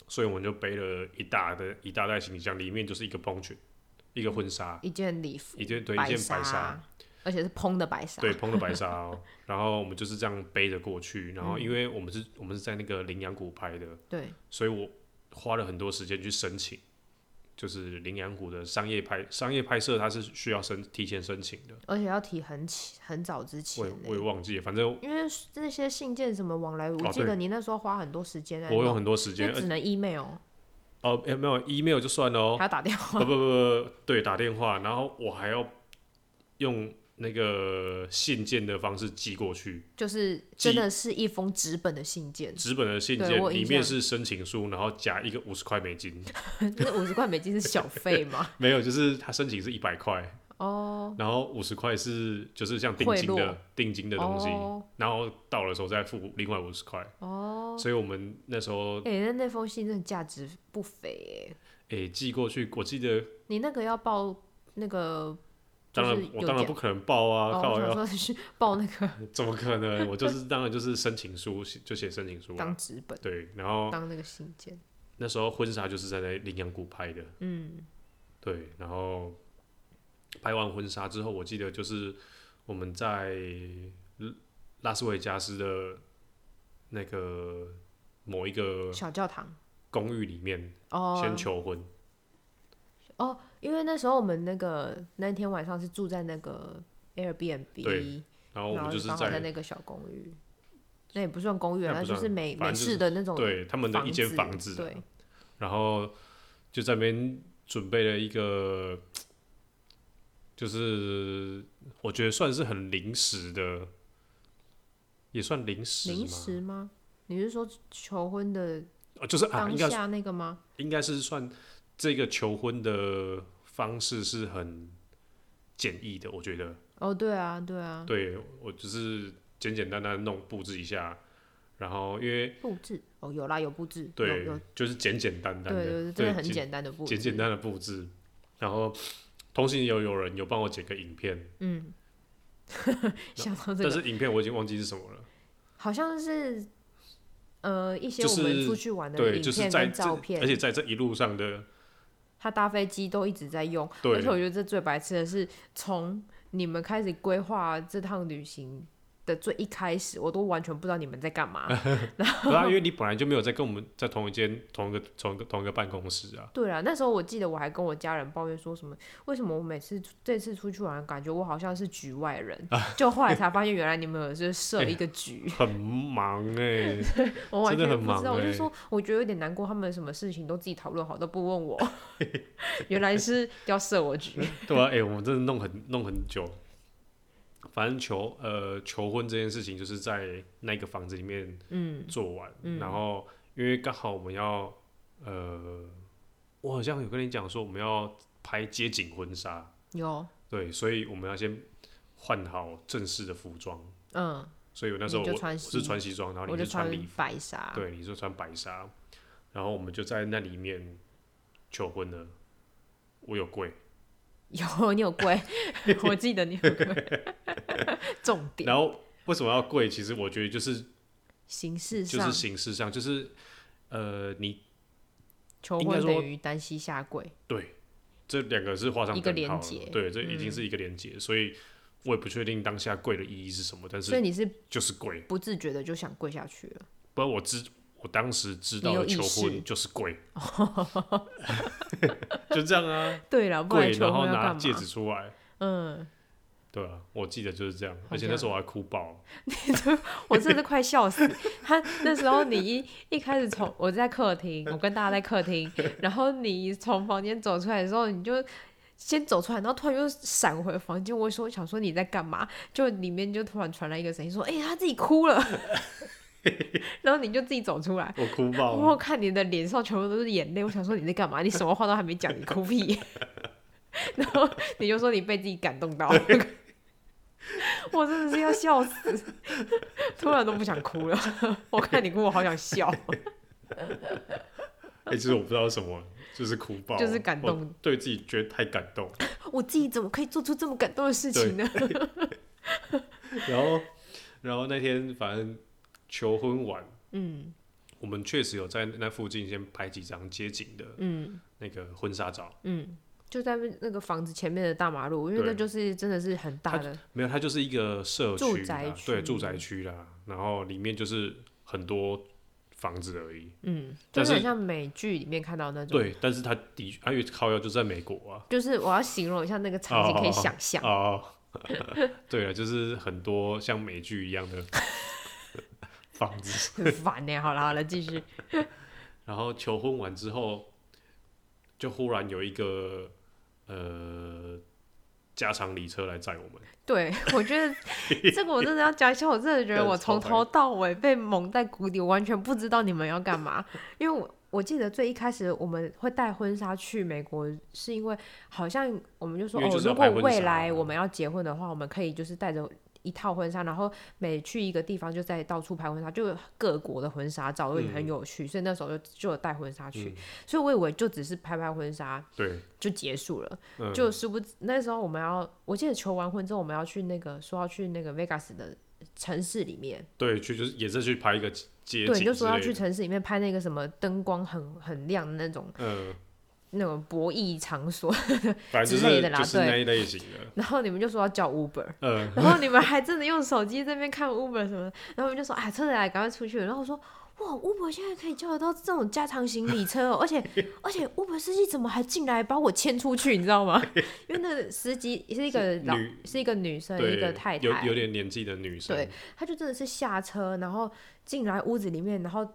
Speaker 1: 所以我们就背了一大的一大袋行李箱，里面就是一个蓬裙，一个婚纱，
Speaker 2: 一件礼服，
Speaker 1: 一件对一件白纱，，
Speaker 2: 而且是蓬的白纱，
Speaker 1: 对，蓬的白 纱哦。然后我们就是这样背着过去，然后因为我们是我们是在那个羚羊谷拍的，
Speaker 2: 对
Speaker 1: 所以我花了很多时间去申请，就是羚羊谷的商业拍商业拍摄，它是需要申提前申请的。
Speaker 2: 而且要提很起很早之前
Speaker 1: 我也
Speaker 2: 呢、
Speaker 1: 我也忘记了，反正
Speaker 2: 因为这些信件什么往来，我
Speaker 1: 哦
Speaker 2: 记得
Speaker 1: 对
Speaker 2: 你那时候花很多时间在弄，
Speaker 1: 我有很多时间
Speaker 2: 就，只能 email，
Speaker 1: 呃哦，诶没有 email 就算了哦，
Speaker 2: 还要打电话
Speaker 1: 不，不不，不对，打电话，然后我还要用那个信件的方式寄过去，
Speaker 2: 就是真的是一封纸本的信件，
Speaker 1: 纸本的信
Speaker 2: 对
Speaker 1: 件
Speaker 2: 我有印
Speaker 1: 里面
Speaker 2: 象
Speaker 1: 是申请书，然后夹一个五十块美金，
Speaker 2: 这五十块美金是小费吗？
Speaker 1: 没有，就是他申请是一百块，
Speaker 2: 哦，
Speaker 1: 然后五十块是就是像定
Speaker 2: 贿
Speaker 1: 金
Speaker 2: 赂
Speaker 1: 的定金的东西，
Speaker 2: 哦
Speaker 1: 然后到的时候再付另外五十块，
Speaker 2: 哦，
Speaker 1: 所以我们那时候
Speaker 2: 哎、那那封信真的价值不菲哎、
Speaker 1: 诶、寄过去，我记得
Speaker 2: 你那个要报那个，就
Speaker 1: 当然、
Speaker 2: 是
Speaker 1: 我
Speaker 2: 有
Speaker 1: 当然
Speaker 2: 奖
Speaker 1: 不可能报啊，
Speaker 2: 哦，
Speaker 1: 靠
Speaker 2: 我想
Speaker 1: 要
Speaker 2: 说是报 那个
Speaker 1: 怎么可能？我就是当然就是申请书就写申请书啊
Speaker 2: 当，纸本，
Speaker 1: 对，啊然后。
Speaker 2: 当那个信件，
Speaker 1: 那时候婚纱就是在那羚羊谷拍的，
Speaker 2: 嗯，
Speaker 1: 对，然后拍完婚纱之后，我记得就是我们在拉斯维加斯的那个某一个
Speaker 2: 小教堂
Speaker 1: 公寓里面
Speaker 2: 哦，
Speaker 1: 啊先求婚，
Speaker 2: 哦，因为那时候我们那个那天晚上是住在那个 Airbnb，
Speaker 1: 对然后我们
Speaker 2: 然后
Speaker 1: 就是
Speaker 2: 刚好
Speaker 1: 在
Speaker 2: 在那个小公寓，那也不算公寓啊，
Speaker 1: 那
Speaker 2: 那
Speaker 1: 不
Speaker 2: 就
Speaker 1: 算
Speaker 2: 是美
Speaker 1: 反正
Speaker 2: 美
Speaker 1: 就是
Speaker 2: 式的那种
Speaker 1: 对他们的一间房子，啊
Speaker 2: 对，
Speaker 1: 然后就在那边准备了一个，就是我觉得算是很临时的，也算临时吗
Speaker 2: 临时吗？你是说求婚的
Speaker 1: 哦，就是啊，
Speaker 2: 当
Speaker 1: 应该
Speaker 2: 下那个吗？
Speaker 1: 应该是算这个求婚的方式是很简易的，我觉得。
Speaker 2: 哦，对啊，对啊，
Speaker 1: 对我就是简简单单弄布置一下，然后因为
Speaker 2: 布置哦，有啦，有布置，
Speaker 1: 对
Speaker 2: 有有
Speaker 1: 就是简简单单
Speaker 2: 对，有
Speaker 1: 的，
Speaker 2: 真的很
Speaker 1: 简
Speaker 2: 简单的布置，
Speaker 1: 简 简单的布置，然后同行有有人有帮我剪个影片，
Speaker 2: 嗯，想到
Speaker 1: 但
Speaker 2: 这个，
Speaker 1: 是影片我已经忘记是什么了。
Speaker 2: 好像是呃一些
Speaker 1: 就
Speaker 2: 我们
Speaker 1: 是
Speaker 2: 出去玩的
Speaker 1: 对，
Speaker 2: 影
Speaker 1: 就是
Speaker 2: 片
Speaker 1: 在
Speaker 2: 跟
Speaker 1: 这
Speaker 2: 照片，
Speaker 1: 而且在这一路上的
Speaker 2: 他搭飞机都一直在用，
Speaker 1: 对
Speaker 2: 而且我觉得这最白痴的是，从你们开始规划这趟旅行的最一开始，我都完全不知道你们在 干嘛。
Speaker 1: 对啊，因为你本来就没有在跟我们在同一间、同一个、同一个、同一个办公室啊。
Speaker 2: 对啊，那时候我记得我还跟我家人抱怨说什么，为什么我每次出这次出去玩，感觉我好像是局外人，
Speaker 1: 啊
Speaker 2: 就后来才发现原来你们有就是设一个局，
Speaker 1: 很忙哎、
Speaker 2: 我完全
Speaker 1: 真的很
Speaker 2: 不
Speaker 1: 忙
Speaker 2: 知道，我就
Speaker 1: 欸
Speaker 2: 说我觉得有点难过，他们什么事情都自己讨论好都不问我， 原来是要设我局。
Speaker 1: 对啊，哎、我们真的弄很弄很久。反正求呃求婚这件事情，就是在那个房子里面
Speaker 2: 嗯，
Speaker 1: 做完，然后因为刚好我们要呃，我好像有跟你讲说我们要拍街景婚纱，
Speaker 2: 有，
Speaker 1: 对，所以我们要先换好正式的服装。
Speaker 2: 嗯，
Speaker 1: 所以我那时候
Speaker 2: 你就
Speaker 1: 我
Speaker 2: 穿
Speaker 1: 我
Speaker 2: 西
Speaker 1: 是穿西装，然后
Speaker 2: 我
Speaker 1: 你
Speaker 2: 就是
Speaker 1: 穿
Speaker 2: 穿啊
Speaker 1: 礼服，
Speaker 2: 白纱，
Speaker 1: 对，你是穿白纱，然后我们就在那里面求婚了。我有跪，
Speaker 2: 有，你有跪，我记得你有跪。 重点，
Speaker 1: 然后为什么要跪？其实我觉得就是
Speaker 2: 形式
Speaker 1: 就
Speaker 2: 上、
Speaker 1: 是形式上，就是呃，你
Speaker 2: 求
Speaker 1: 应该
Speaker 2: 婚
Speaker 1: 说
Speaker 2: 等于单膝下跪，
Speaker 1: 对这两个是画上
Speaker 2: 一个
Speaker 1: 等号
Speaker 2: 连
Speaker 1: 了
Speaker 2: 结嗯
Speaker 1: 对，这已经是一个连接，所以我也不确定当下跪的意义是什么，但
Speaker 2: 所以
Speaker 1: 是
Speaker 2: 你是
Speaker 1: 就是跪。
Speaker 2: 不自觉的就想跪下去了。
Speaker 1: 不然我知我当时知
Speaker 2: 你
Speaker 1: 道
Speaker 2: 有
Speaker 1: 了
Speaker 2: 意
Speaker 1: 求
Speaker 2: 识
Speaker 1: 婚就是 跪， 就这样啊，
Speaker 2: 对了，不
Speaker 1: 跪
Speaker 2: 然求
Speaker 1: 然后
Speaker 2: 婚要
Speaker 1: 拿
Speaker 2: 干
Speaker 1: 戒
Speaker 2: 嘛？
Speaker 1: 指出来，
Speaker 2: 嗯，
Speaker 1: 对啊，我记得就是这样，
Speaker 2: 好
Speaker 1: 而且那
Speaker 2: 像
Speaker 1: 时候我还哭爆，
Speaker 2: 我真的快笑死。他那时候你一一开始从我在客厅，我跟大家在客厅，然后你从房间走出来的时候，你就。先走出来，然后突然又闪回房间。我说想说你在干嘛？就里面就突然传来一个声音说：“哎、他自己哭了。” 然后你就自己走出来，
Speaker 1: 我哭爆
Speaker 2: 我
Speaker 1: 了，
Speaker 2: 有看你的脸上全部都是眼泪，我想说你在干嘛？你什么话都还没讲，你哭 屁！然后你就说你被自己感动到， 我真的是要笑死，突然都不想哭了。我看你哭，我好想笑。
Speaker 1: 哎、其实我不知道什么，就是哭爆，
Speaker 2: 就是感
Speaker 1: 我
Speaker 2: 动，
Speaker 1: 对自己觉得太感 动，
Speaker 2: 我自己怎么可以做出这么感动的事情呢？
Speaker 1: 然后然后那天反正求婚完，
Speaker 2: 嗯
Speaker 1: 我们确实有在那附近先拍几张街景的
Speaker 2: 嗯
Speaker 1: 那个婚纱照。
Speaker 2: 嗯，就在那个房子前面的大马路，因为
Speaker 1: 对
Speaker 2: 那就是真的是很大的，
Speaker 1: 没有，它就是一个社区啦，
Speaker 2: 住宅区
Speaker 1: 对，住宅区啦，然后里面就是很多房子而已。
Speaker 2: 嗯，
Speaker 1: 但
Speaker 2: 真的很
Speaker 1: 是
Speaker 2: 像美剧里面看到那种。，
Speaker 1: 对，但是它的啊，因为靠药就在美国啊，
Speaker 2: 就是我要形容一下那个场景，可以想象。
Speaker 1: 哦， 对了，就是很多像美剧一样的 房子。
Speaker 2: 很烦呢、欸好了好了，继续。
Speaker 1: 然后求婚完之后，就忽然有一个呃家常里车来载我们，
Speaker 2: 对， 我觉得这个我真的要讲一下，我真的觉得我从头到尾被蒙在鼓里，我完全不知道你们要干嘛。因为我我记得最一开始我们会带婚纱去美国，是因为好像我们就说
Speaker 1: 因为
Speaker 2: 哦
Speaker 1: 就，是要
Speaker 2: 如果
Speaker 1: 拍婚
Speaker 2: 未
Speaker 1: 纱
Speaker 2: 来
Speaker 1: 嘛
Speaker 2: 我们要结婚的话，我们可以就是带着。一套婚纱，然后每去一个地方就在到处拍婚纱，就有各国的婚纱照，也很
Speaker 1: 嗯
Speaker 2: 有趣。所以那时候就就有带婚纱去，
Speaker 1: 嗯
Speaker 2: 所以我以为就只是拍拍婚纱
Speaker 1: 对，
Speaker 2: 就结束了。
Speaker 1: 嗯，
Speaker 2: 就殊不知那时候我们要，我记得求完婚之后，我们要去那个说要去那个 Vegas 的城市里面，
Speaker 1: 对，去就是也是去拍一个街景之类的，
Speaker 2: 对，你就说要去城市里面拍那个什么灯光很很亮的那种
Speaker 1: 嗯，
Speaker 2: 那种博弈场所，
Speaker 1: 反正就
Speaker 2: 之类
Speaker 1: 是
Speaker 2: 的啦
Speaker 1: 就是
Speaker 2: 对
Speaker 1: 那一类型的，
Speaker 2: 然后你们就说要叫 Uber，
Speaker 1: 嗯，
Speaker 2: 然后你们还真的用手机这边看 Uber 什么的，然后我们就说哎车子来赶快出去，然后我说。哇，Uber 现在可以叫得到这种加长行李车哦，而 且而且 Uber 司机怎么还进来把我牵出去，你知道吗？因为那个司机是一个老
Speaker 1: 女
Speaker 2: 是一个女生，
Speaker 1: 对，
Speaker 2: 一个太啊太，
Speaker 1: 有有点年纪的女生，
Speaker 2: 对，他就真的是下车，然后进来屋子里面，然后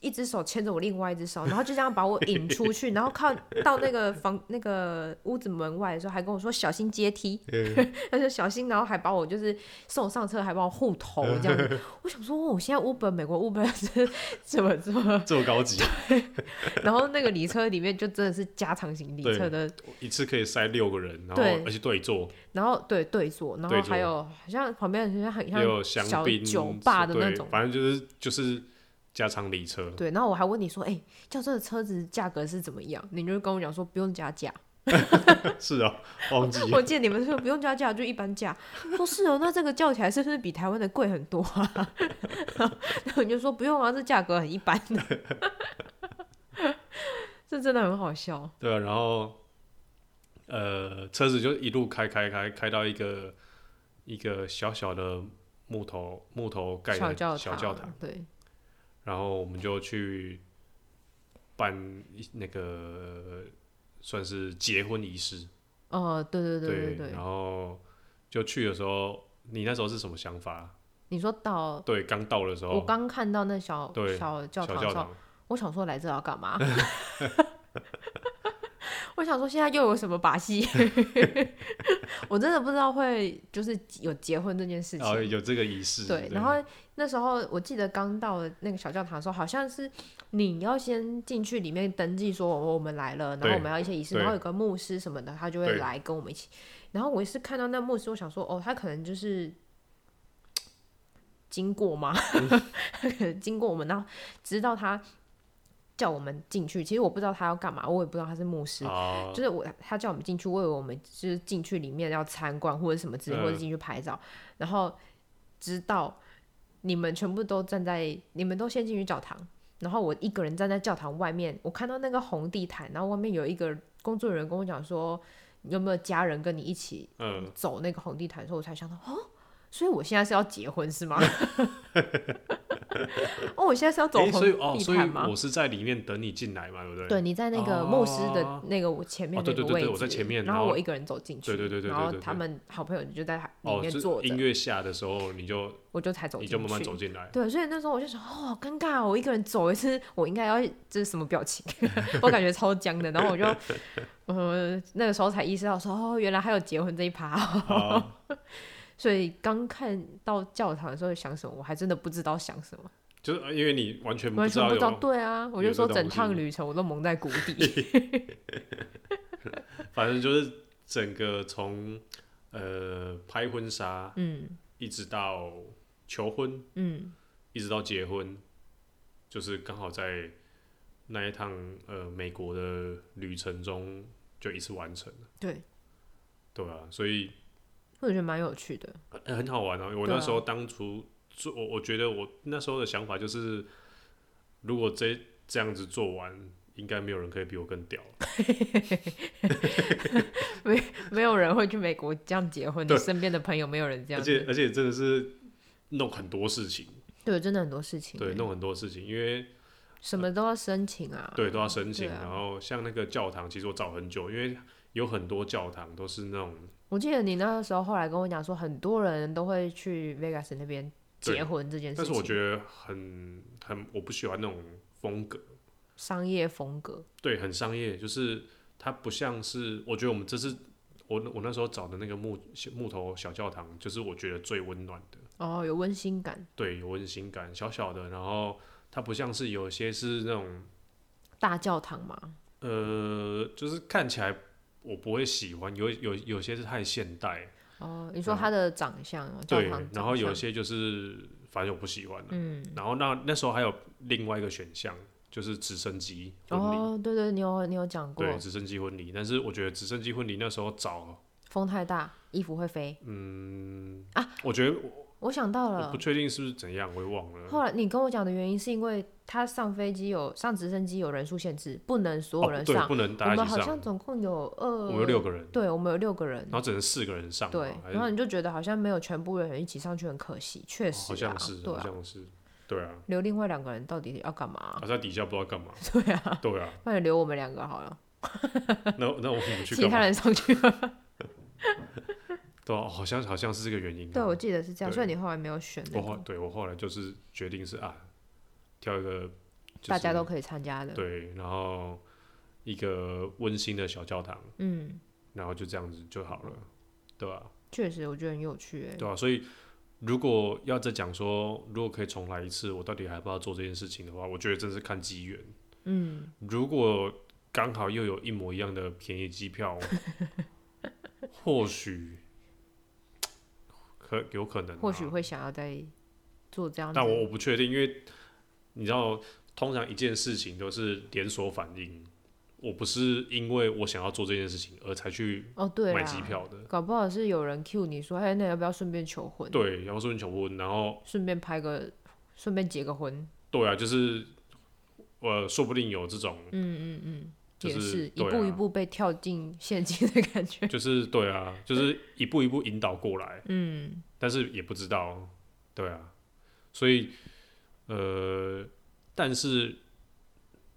Speaker 2: 一只手牵着我另外一 只手，然后就这样把我引出去，然后靠到那个房那个屋子门外的时候，还跟我说小心阶 梯，
Speaker 1: 嗯
Speaker 2: 他说小心，然后还把我就是送上车，还帮我护头这 样子。我想说，我、现在 Uber 美国 Uber 是怎么 做？
Speaker 1: 这么高级，
Speaker 2: 然后那个礼车里面就真的是加长型礼
Speaker 1: 对
Speaker 2: 车的，
Speaker 1: 一次可以塞六个人，然后
Speaker 2: 对
Speaker 1: 而且对坐，
Speaker 2: 然后对对坐，然后
Speaker 1: 对坐
Speaker 2: 还有好像旁边好像很
Speaker 1: 也有
Speaker 2: 像
Speaker 1: 香
Speaker 2: 小
Speaker 1: 槟
Speaker 2: 酒吧的那
Speaker 1: 对
Speaker 2: 种。
Speaker 1: 反正就是就是家常里 车，
Speaker 2: 对，然后我还问你说，哎、轿车的车子价格是怎么样？你就跟我讲说不用加价。
Speaker 1: 是啊，忘记
Speaker 2: 我记得你们说不用加价，就一般价。我说是哦，那这个叫起来是不是比台湾的贵很多啊？然后你就说不用啊，这价格很一般的。 这真的很好笑。
Speaker 1: 对啊，然后呃，车子就一路开开开开到一个一个小小的木头木头盖
Speaker 2: 小
Speaker 1: 的
Speaker 2: 教堂，
Speaker 1: 小教堂，
Speaker 2: 对，
Speaker 1: 然后我们就去办一那个算是结婚仪式，
Speaker 2: 哦、对对对对对。
Speaker 1: 然后就去的时候，你那时候是什么想法？
Speaker 2: 你说到
Speaker 1: 对，刚到的时候，
Speaker 2: 我刚看到那小
Speaker 1: 对
Speaker 2: 小教
Speaker 1: 小
Speaker 2: 堂的
Speaker 1: 教
Speaker 2: 时候，
Speaker 1: 堂，
Speaker 2: 我想说来这要干嘛？ 我想说现在又有什么把戏？ 我真的不知道会就是有结婚这件事
Speaker 1: 然后
Speaker 2: 情。
Speaker 1: 哦有这个仪式，
Speaker 2: 对，然后那时候我记得刚到那个小教堂的时候，好像是你要先进去里面登记说我我们来了，然后
Speaker 1: 对
Speaker 2: 我们要一些仪式，
Speaker 1: 对
Speaker 2: 然后有个牧师什么的，他就会
Speaker 1: 对
Speaker 2: 来跟我们一起。然后我也是看到那牧师，我想说哦，他可能就是经过吗？
Speaker 1: 嗯
Speaker 2: 他可能经过我们，然后直到他叫我们进去，其实我不知道他要干嘛，我也不知道他是牧师，
Speaker 1: 啊，
Speaker 2: 就是我他叫我们进去，我以为我们就是进去里面要参观或者什么之类，
Speaker 1: 嗯
Speaker 2: 或者进去拍照，然后直到你们全部都站在，你们都先进去教堂，然后我一个人站在教堂外面，我看到那个红地毯，然后外面有一个工作人员跟我讲说，有没有家人跟你一起
Speaker 1: 嗯，
Speaker 2: 走那个红地毯的时候，我才想到哦，所以我现在是要结婚是吗？ 哦，我现在是要走
Speaker 1: 诶
Speaker 2: 红
Speaker 1: 所以哦，
Speaker 2: 地
Speaker 1: 所以
Speaker 2: 毯吗？
Speaker 1: 我是在里面等你进来嘛，对不对？
Speaker 2: 对，你在那个牧师的
Speaker 1: 哦
Speaker 2: 那个我前面
Speaker 1: 哦
Speaker 2: 那
Speaker 1: 对
Speaker 2: 个
Speaker 1: 对对
Speaker 2: 位
Speaker 1: 对
Speaker 2: 置，
Speaker 1: 我在前面
Speaker 2: 然
Speaker 1: 然
Speaker 2: 后
Speaker 1: 后
Speaker 2: 我一个人走进去，
Speaker 1: 对对对对
Speaker 2: 然后
Speaker 1: 对对
Speaker 2: 他们好朋友就在里
Speaker 1: 哦，
Speaker 2: 面
Speaker 1: 就
Speaker 2: 坐着，
Speaker 1: 音乐下的时候，你就
Speaker 2: 我就才走进
Speaker 1: 你
Speaker 2: 去，
Speaker 1: 就慢慢走进 来，
Speaker 2: 对，所以那时候我就想，哦，好尴尬哦，我一个人走一次，我应该要这是什么表情？ 我感觉超僵的。然后 我就，呃，那个时候才意识到说，哦，原来还有结婚这一趴哦、 所以刚看到教堂的时候想什么，我还真的不知道想什么，
Speaker 1: 就是呃因为你完全不
Speaker 2: 完
Speaker 1: 知
Speaker 2: 全
Speaker 1: 道
Speaker 2: 不知道。
Speaker 1: 有，
Speaker 2: 对啊，我
Speaker 1: 有
Speaker 2: 就
Speaker 1: 这
Speaker 2: 说
Speaker 1: 东
Speaker 2: 整
Speaker 1: 西
Speaker 2: 趟旅程我都蒙在鼓 底。
Speaker 1: 反正就是整个从呃拍婚纱
Speaker 2: 嗯
Speaker 1: 一直到求婚，
Speaker 2: 嗯，
Speaker 1: 一直到结婚，就是刚好在那一趟呃美国的旅程中就一次完成了，
Speaker 2: 对。
Speaker 1: 对啊，所以
Speaker 2: 我觉得蛮有趣的。
Speaker 1: 呃很好玩啊！我
Speaker 2: 对啊
Speaker 1: 那时候当初做，我我觉得我那时候的想法就是，如果这这样子做完，应该没有人可以比我更屌。
Speaker 2: 没有人会去美国这样结婚，你
Speaker 1: 对
Speaker 2: 身边的朋友没有人这
Speaker 1: 而
Speaker 2: 样
Speaker 1: 且
Speaker 2: 子，
Speaker 1: 而且真的是弄很多事情，
Speaker 2: 对，真的很多事情，欸
Speaker 1: 对，弄很多事情，因为
Speaker 2: 什么都要申请啊，
Speaker 1: 对都要申请。
Speaker 2: 对啊
Speaker 1: 然后像那个教堂，其实我找很久，因为有很多教堂都是那种
Speaker 2: 我记得你那个时候后来跟我讲说，很多人都会去 Vegas 那边
Speaker 1: 对
Speaker 2: 结婚这件事情，
Speaker 1: 但是我觉得很很我不喜欢那种风格，
Speaker 2: 商业风格，
Speaker 1: 对，很商业，就是它不像是我觉得我们这次我我那时候找的那个木木头小教堂，就是我觉得最温暖的，
Speaker 2: 哦，有温馨感，
Speaker 1: 对，有温馨感，小小的，然后它不像是有些是那种
Speaker 2: 大教堂嘛，
Speaker 1: 呃，就是看起来我不会喜欢，有有有些是太现代，
Speaker 2: 哦，你说他的长相哦，教
Speaker 1: 嗯对
Speaker 2: 堂，
Speaker 1: 然后
Speaker 2: 长
Speaker 1: 有
Speaker 2: 相
Speaker 1: 些就是反正我不喜欢、啊，
Speaker 2: 嗯，
Speaker 1: 然后那那时候还有另外一个选项就是直升机婚礼。
Speaker 2: 哦，对对，你有你有讲过，
Speaker 1: 对，直升机婚礼，但是我觉得直升机婚礼那时候找，
Speaker 2: 风太大，衣服会飞，
Speaker 1: 我觉得我
Speaker 2: 我想到
Speaker 1: 嗯我
Speaker 2: 了
Speaker 1: 不。确定是不是怎样，我也忘了。
Speaker 2: 嗯后来你跟我讲的原因是因为他上飞机有上直升机有人数限制，不能所有
Speaker 1: 哦，
Speaker 2: 人
Speaker 1: 对
Speaker 2: 上。，
Speaker 1: 不能
Speaker 2: 我
Speaker 1: 大家
Speaker 2: 们
Speaker 1: 一
Speaker 2: 好
Speaker 1: 起
Speaker 2: 像
Speaker 1: 上，
Speaker 2: 总共有
Speaker 1: 我
Speaker 2: 二，
Speaker 1: 们有六个人，
Speaker 2: 对，我们有六个人
Speaker 1: 然。后只能四个人上嘛，
Speaker 2: 对，
Speaker 1: 还是
Speaker 2: 然后你就觉得好像没有全部的人一起上去，很可惜，确
Speaker 1: 哦
Speaker 2: 实、啊
Speaker 1: 好像是，
Speaker 2: 对
Speaker 1: 好
Speaker 2: 啊，
Speaker 1: 像是，对啊，
Speaker 2: 留另外两个人到底要干嘛 啊、
Speaker 1: 好像底下不知道干嘛，
Speaker 2: 对啊，
Speaker 1: 对啊，
Speaker 2: 那你留我们两个好了，
Speaker 1: 那那我们去
Speaker 2: 其
Speaker 1: 干
Speaker 2: 他
Speaker 1: 嘛？
Speaker 2: 人 上去了。
Speaker 1: 对啊，好像好像是这个原因啊。
Speaker 2: 对，我记得是这样，
Speaker 1: 对
Speaker 2: 所以你后来没有选那
Speaker 1: 我
Speaker 2: 个
Speaker 1: 后对我后来就是决定是啊，挑一个就是
Speaker 2: 大家都可以参加的。
Speaker 1: 对，然后一个温馨的小教堂，
Speaker 2: 嗯，
Speaker 1: 然后就这样子就好了，对吧、
Speaker 2: 确实我觉得很有趣、欸。
Speaker 1: 对啊，所以如果要再讲说，如果可以重来一次，我到底还要不要做这件事情的话，我觉得真是看机缘。
Speaker 2: 嗯，
Speaker 1: 如果刚好又有一模一样的便宜机 票，或许可有可能、啊，
Speaker 2: 或许，会想要再做这样子。
Speaker 1: 但我我不确定，因为你知道，通常一件事情都是连锁反应。我不是因为我想要做这件事情而才去
Speaker 2: 哦，对
Speaker 1: 买
Speaker 2: 啦，
Speaker 1: 机票的，
Speaker 2: 搞不好是有人 cue 你说，哎，那要不要顺便求婚？，
Speaker 1: 对，然后顺便求婚，然后
Speaker 2: 顺便拍个，顺便结个婚。
Speaker 1: 对啊，就是呃，说不定有这种，
Speaker 2: 嗯嗯嗯，
Speaker 1: 就
Speaker 2: 也
Speaker 1: 是
Speaker 2: 是一
Speaker 1: 对
Speaker 2: 步
Speaker 1: 啊
Speaker 2: 一步被跳进陷阱的感觉。
Speaker 1: 就是对啊，就是一步一步引导过来，
Speaker 2: 嗯，
Speaker 1: 但是也不知道，对啊，所以呃，但是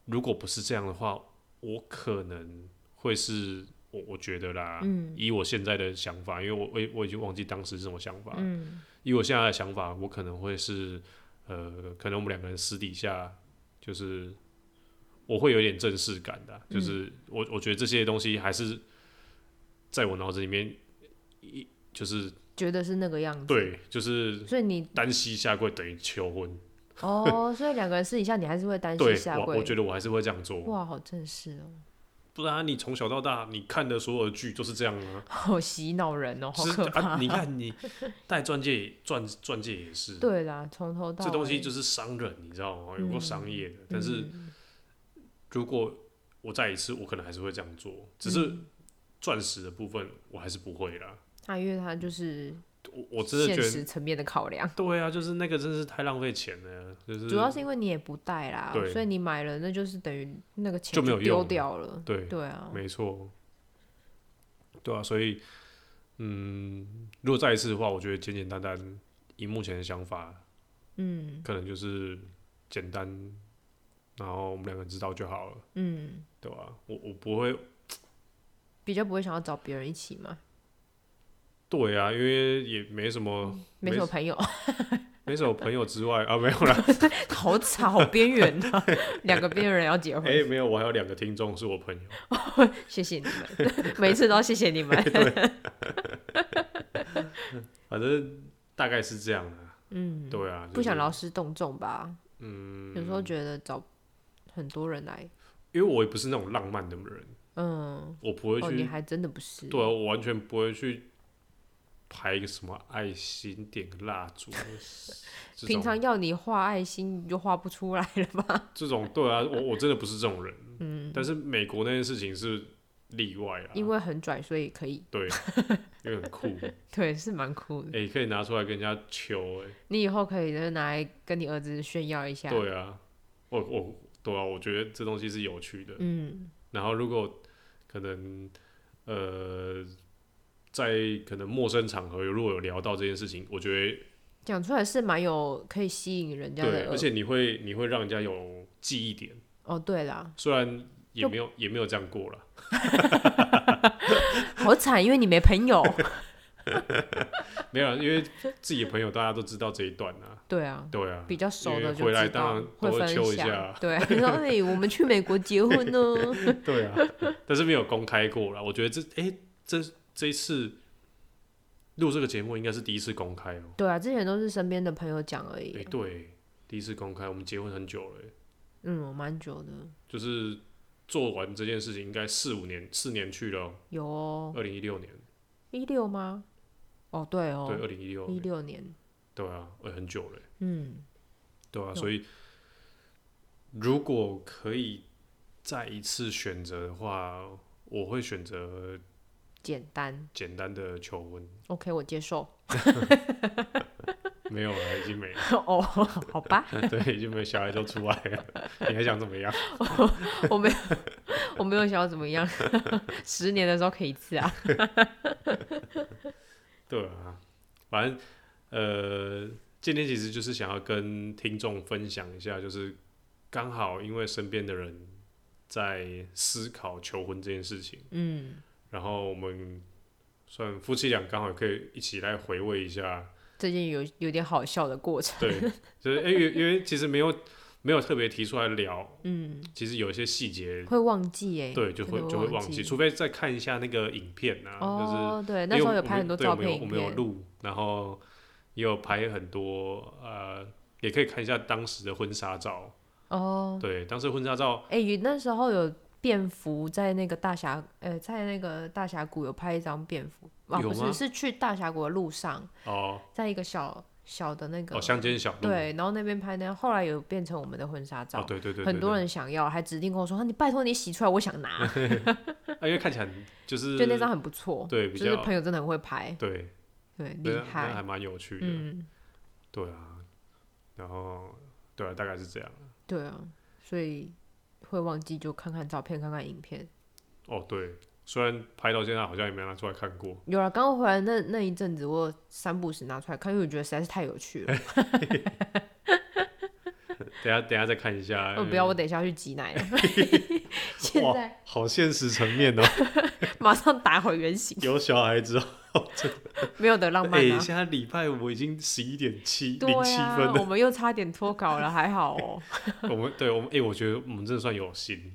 Speaker 1: 如果不是这样的话，我可能会是我我觉得啦，
Speaker 2: 嗯
Speaker 1: 以我现在的想法，因为我我也我已经忘记当时是什么想法，
Speaker 2: 嗯，
Speaker 1: 以我现在的想法，我可能会是呃，可能我们两个人私底下就是我会有点正式感的啊、
Speaker 2: 嗯
Speaker 1: 就是我我觉得这些东西还是在我脑子里面一就是
Speaker 2: 觉得是那个样子。，
Speaker 1: 对，就是
Speaker 2: 所以 你
Speaker 1: 单膝下跪等于求婚，
Speaker 2: 哦，所以两个人私底下你还是会担
Speaker 1: 对
Speaker 2: 心下
Speaker 1: 我
Speaker 2: 跪。
Speaker 1: 我觉得我还是会这样做，
Speaker 2: 哇，好正式哦，
Speaker 1: 不然啊你从小到大你看的所有的剧都是这样啊，
Speaker 2: 好洗脑人哦，好
Speaker 1: 是
Speaker 2: 可怕。
Speaker 1: 啊，你 看你戴钻戒钻钻戒也是，
Speaker 2: 对啦，从头到
Speaker 1: 这东西
Speaker 2: 尾
Speaker 1: 就是商人，你知道吗？有过商业的，但是。
Speaker 2: 嗯
Speaker 1: 如果我再一次，我可能还是会这样做，只是
Speaker 2: 嗯
Speaker 1: 钻石的部分我还是不会啦。
Speaker 2: 那因为他就是
Speaker 1: 我我真的
Speaker 2: 现
Speaker 1: 觉得，
Speaker 2: 实层面的考量。
Speaker 1: 对啊，就是那个真是太浪费钱了，就是
Speaker 2: 主要是因为你也不带啦，
Speaker 1: 对
Speaker 2: 所以你买了，那就是等于那个钱
Speaker 1: 就没有
Speaker 2: 丢
Speaker 1: 用
Speaker 2: 掉了。
Speaker 1: 对，
Speaker 2: 对啊，
Speaker 1: 没错，对啊，所以嗯，如果再一次的话，我觉得简简单单，以目前的想法，
Speaker 2: 嗯
Speaker 1: 可能就是简单，然后我们两个人知道就好了，
Speaker 2: 嗯，
Speaker 1: 对吧、我我不会，
Speaker 2: 比较不会想要找别人一起嘛，
Speaker 1: 对啊，因为也没什么，
Speaker 2: 没什
Speaker 1: 没
Speaker 2: 么 朋友，
Speaker 1: 没什么朋友之外啊，没有啦，
Speaker 2: 好吵，好边缘啊，两个边缘人要结婚，
Speaker 1: 哎、没有，我还有两个听众是我朋友。
Speaker 2: 谢谢你们， 每一次都要谢谢 你们。
Speaker 1: 反正大概是这样的、
Speaker 2: 嗯，
Speaker 1: 对啊，
Speaker 2: 不想
Speaker 1: 就是
Speaker 2: 劳师动众吧，
Speaker 1: 嗯，
Speaker 2: 有时候觉得找很多人来，
Speaker 1: 因为我也不是那种浪漫的人，
Speaker 2: 嗯，
Speaker 1: 我不会
Speaker 2: 哦，
Speaker 1: 去，
Speaker 2: 你还真的不是，
Speaker 1: 对啊，我完全不会去排一个什么爱心点个蜡烛，啊 这
Speaker 2: 平常
Speaker 1: 种
Speaker 2: 要你画爱心你就画 不出来了吧？
Speaker 1: 这种对啊，我我真的不是这种人，嗯，但是美国那件事情是例外啦，
Speaker 2: 因为很拽，所以可以，
Speaker 1: 对，因为很酷，
Speaker 2: 对，是蛮酷的。
Speaker 1: 哎、可以拿出来跟人家求、欸，
Speaker 2: 你以后可以就是拿来跟你儿子炫耀一下。
Speaker 1: 哎，对啊，我我对啊，我觉得这东西是有趣的。
Speaker 2: 嗯，
Speaker 1: 然后如果可能呃，在可能陌生场合如果有聊到这件事情，我觉得
Speaker 2: 讲出来是蛮有可以吸引人家
Speaker 1: 对，
Speaker 2: 的，
Speaker 1: 而且你会你会让人家有记忆点，
Speaker 2: 哦，对 啦，
Speaker 1: 虽然也没有也没有这样过了，
Speaker 2: 好惨，因为你没朋友。
Speaker 1: 没有啊，因为自己的朋友大家都知道这一段啊，
Speaker 2: 对啊，
Speaker 1: 对啊，
Speaker 2: 比较熟
Speaker 1: 因为
Speaker 2: 的就
Speaker 1: 回来
Speaker 2: 知
Speaker 1: 当
Speaker 2: 道
Speaker 1: 然
Speaker 2: 会
Speaker 1: 都会
Speaker 2: 分
Speaker 1: 揪一
Speaker 2: 享
Speaker 1: 下啊
Speaker 2: 对， 你说哎，我们去美国结婚 呢，
Speaker 1: 对啊，但是没有公开过啦。我觉得这哎、这这一次录这个节目应该是第一次公开哦、
Speaker 2: 对啊，之前都是身边的朋友讲而
Speaker 1: 哎、
Speaker 2: 已。
Speaker 1: 对，第一次公开，我们结婚很久了、哎
Speaker 2: 嗯，蛮久的，
Speaker 1: 就是做完这件事情应该四五年，四年去了、哦
Speaker 2: 有哦，
Speaker 1: 二零一六年，
Speaker 2: 一六吗？哦，对哦
Speaker 1: 对，，二零一六，
Speaker 2: 一六年，
Speaker 1: 对啊，哎很久了、哎
Speaker 2: 嗯，
Speaker 1: 对啊，所以如果可以再一次选择的话，我会选择
Speaker 2: 简单
Speaker 1: 简单的求婚，
Speaker 2: ，OK，我接受。
Speaker 1: 没有了，已经没了。
Speaker 2: 哦，好吧，
Speaker 1: 对，已经没有小孩都出来了，你还想怎么样？
Speaker 2: 我没有， 我没有想要怎么样， 十年的时候可以一次啊。
Speaker 1: 对啊，反正呃，今天其实就是想要跟听众分享一下，就是刚好因为身边的人在思考求婚这件事情，
Speaker 2: 嗯，
Speaker 1: 然后我们算夫妻俩刚好可以一起来回味一下，
Speaker 2: 最近有有点好笑的过程。
Speaker 1: 对，就是哎、因为因为其实没有没有特别提出来聊，
Speaker 2: 嗯，
Speaker 1: 其实有一些细节。
Speaker 2: 会忘记哎，
Speaker 1: 对，就
Speaker 2: 真
Speaker 1: 会
Speaker 2: 的
Speaker 1: 就会
Speaker 2: 忘
Speaker 1: 忘记，
Speaker 2: 记
Speaker 1: 除非再看一下那个影片啊，就是
Speaker 2: 哦，对，
Speaker 1: 因
Speaker 2: 那
Speaker 1: 为
Speaker 2: 时候
Speaker 1: 我
Speaker 2: 有
Speaker 1: 们
Speaker 2: 拍很多
Speaker 1: 对
Speaker 2: 照
Speaker 1: 我们有
Speaker 2: 片、影
Speaker 1: 我们有
Speaker 2: 片，
Speaker 1: 录，然后也有拍很多呃，也可以看一下当时的婚纱照。
Speaker 2: 哦，
Speaker 1: 对，当时婚纱照，
Speaker 2: 哎、那时候有蝙蝠在那个大峡，呃，在那个大峡谷有拍一张蝙蝠，啊，
Speaker 1: 有
Speaker 2: 不
Speaker 1: 吗
Speaker 2: 是，是去大峡谷的路上，
Speaker 1: 哦
Speaker 2: 在一个小小的那个，
Speaker 1: 哦，乡间小路，
Speaker 2: 对，然后那边拍那，后来有变成我们的婚纱照，
Speaker 1: 哦，对对对对，
Speaker 2: 很多
Speaker 1: 对
Speaker 2: 人想要，还指定跟我说，你拜托你洗出来，我 想拿，
Speaker 1: 啊，因为看起来很就是
Speaker 2: 就那张很不错，
Speaker 1: 对比
Speaker 2: 就是
Speaker 1: 较
Speaker 2: 朋友真的很会拍，
Speaker 1: 对，啊
Speaker 2: 对，厉
Speaker 1: 那那
Speaker 2: 害，
Speaker 1: 还蛮有趣的，
Speaker 2: 嗯，
Speaker 1: 对啊，然后对啊，大概是这样。
Speaker 2: 对啊，所以会忘记就看看照片，看看影片。
Speaker 1: 哦，对，虽然拍到现在好像也没拿出来看过，
Speaker 2: 有了，刚回来那那一阵子，我有三不五时拿出来看，因为我觉得实在是太有趣了。
Speaker 1: 等一下等一下再看一下。哎
Speaker 2: 嗯，不要，我等一下去挤奶了。现
Speaker 1: 哇
Speaker 2: 在，
Speaker 1: 好现实层面哦，
Speaker 2: 马上打回原形，
Speaker 1: 有小孩之后，
Speaker 2: 没有的浪漫
Speaker 1: 哎、
Speaker 2: 啊。
Speaker 1: 现在礼拜五已经十一点七
Speaker 2: 对
Speaker 1: 零七
Speaker 2: 啊
Speaker 1: 分了，
Speaker 2: 我们又差点脱稿了，还好哦。
Speaker 1: 我们对我们哎、我觉得我们真的算有心，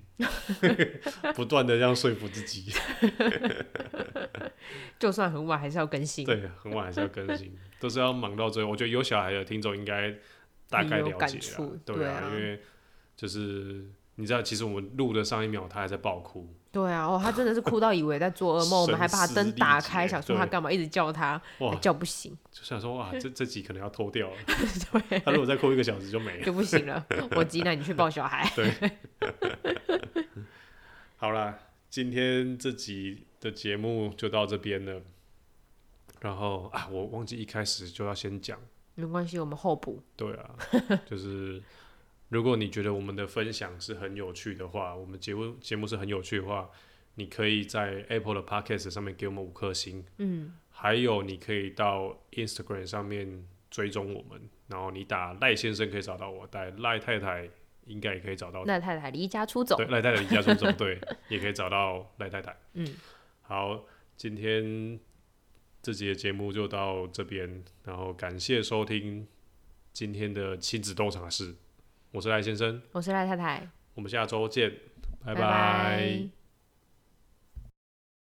Speaker 1: 不断的这样说服自己，
Speaker 2: 就算很晚，还是要更新。
Speaker 1: 对，很晚还是要更新，都是要忙到最后。我觉得有小孩的听众应该大概
Speaker 2: 很有
Speaker 1: 了
Speaker 2: 感
Speaker 1: 解
Speaker 2: 触
Speaker 1: 了，
Speaker 2: 对
Speaker 1: 啊，
Speaker 2: 啊
Speaker 1: 因为就是你知道，其实我们录的上一秒他还在爆哭，
Speaker 2: 对啊，哦，他真的是哭到以为在做噩 梦，我们还把他灯打开，想说他干嘛，一直叫他，
Speaker 1: 哇
Speaker 2: 还，叫不醒，
Speaker 1: 就想说哇，这这集可能要脱掉了，
Speaker 2: 对，
Speaker 1: 他如果再哭一个小时就没了。
Speaker 2: 就不 行了。我挤奶，你去抱小孩。
Speaker 1: 好啦，今天这集的节目就到这边了。然后啊，我忘记一开始就要先讲。
Speaker 2: 没关系，我们后补。
Speaker 1: 对啊，就是如果你觉得我们的分享是很有趣的话，我们节目节目是很有趣的话，你可以在 Apple 的 Podcast 上面给我们五颗星，
Speaker 2: 嗯，
Speaker 1: 还有你可以到 Instagram 上面追踪我们，然后你打赖先生可以找到我，打赖太太应该也可以找到，
Speaker 2: 那太太离家出走
Speaker 1: 对，，赖太太离家出走，对，也可以找到赖太太。
Speaker 2: 嗯，
Speaker 1: 好，今天这集的节目就到这边，然后感谢收听今天的亲子洞察室，我是赖先生，
Speaker 2: 我是赖太太，
Speaker 1: 我们下周见，拜
Speaker 2: 拜拜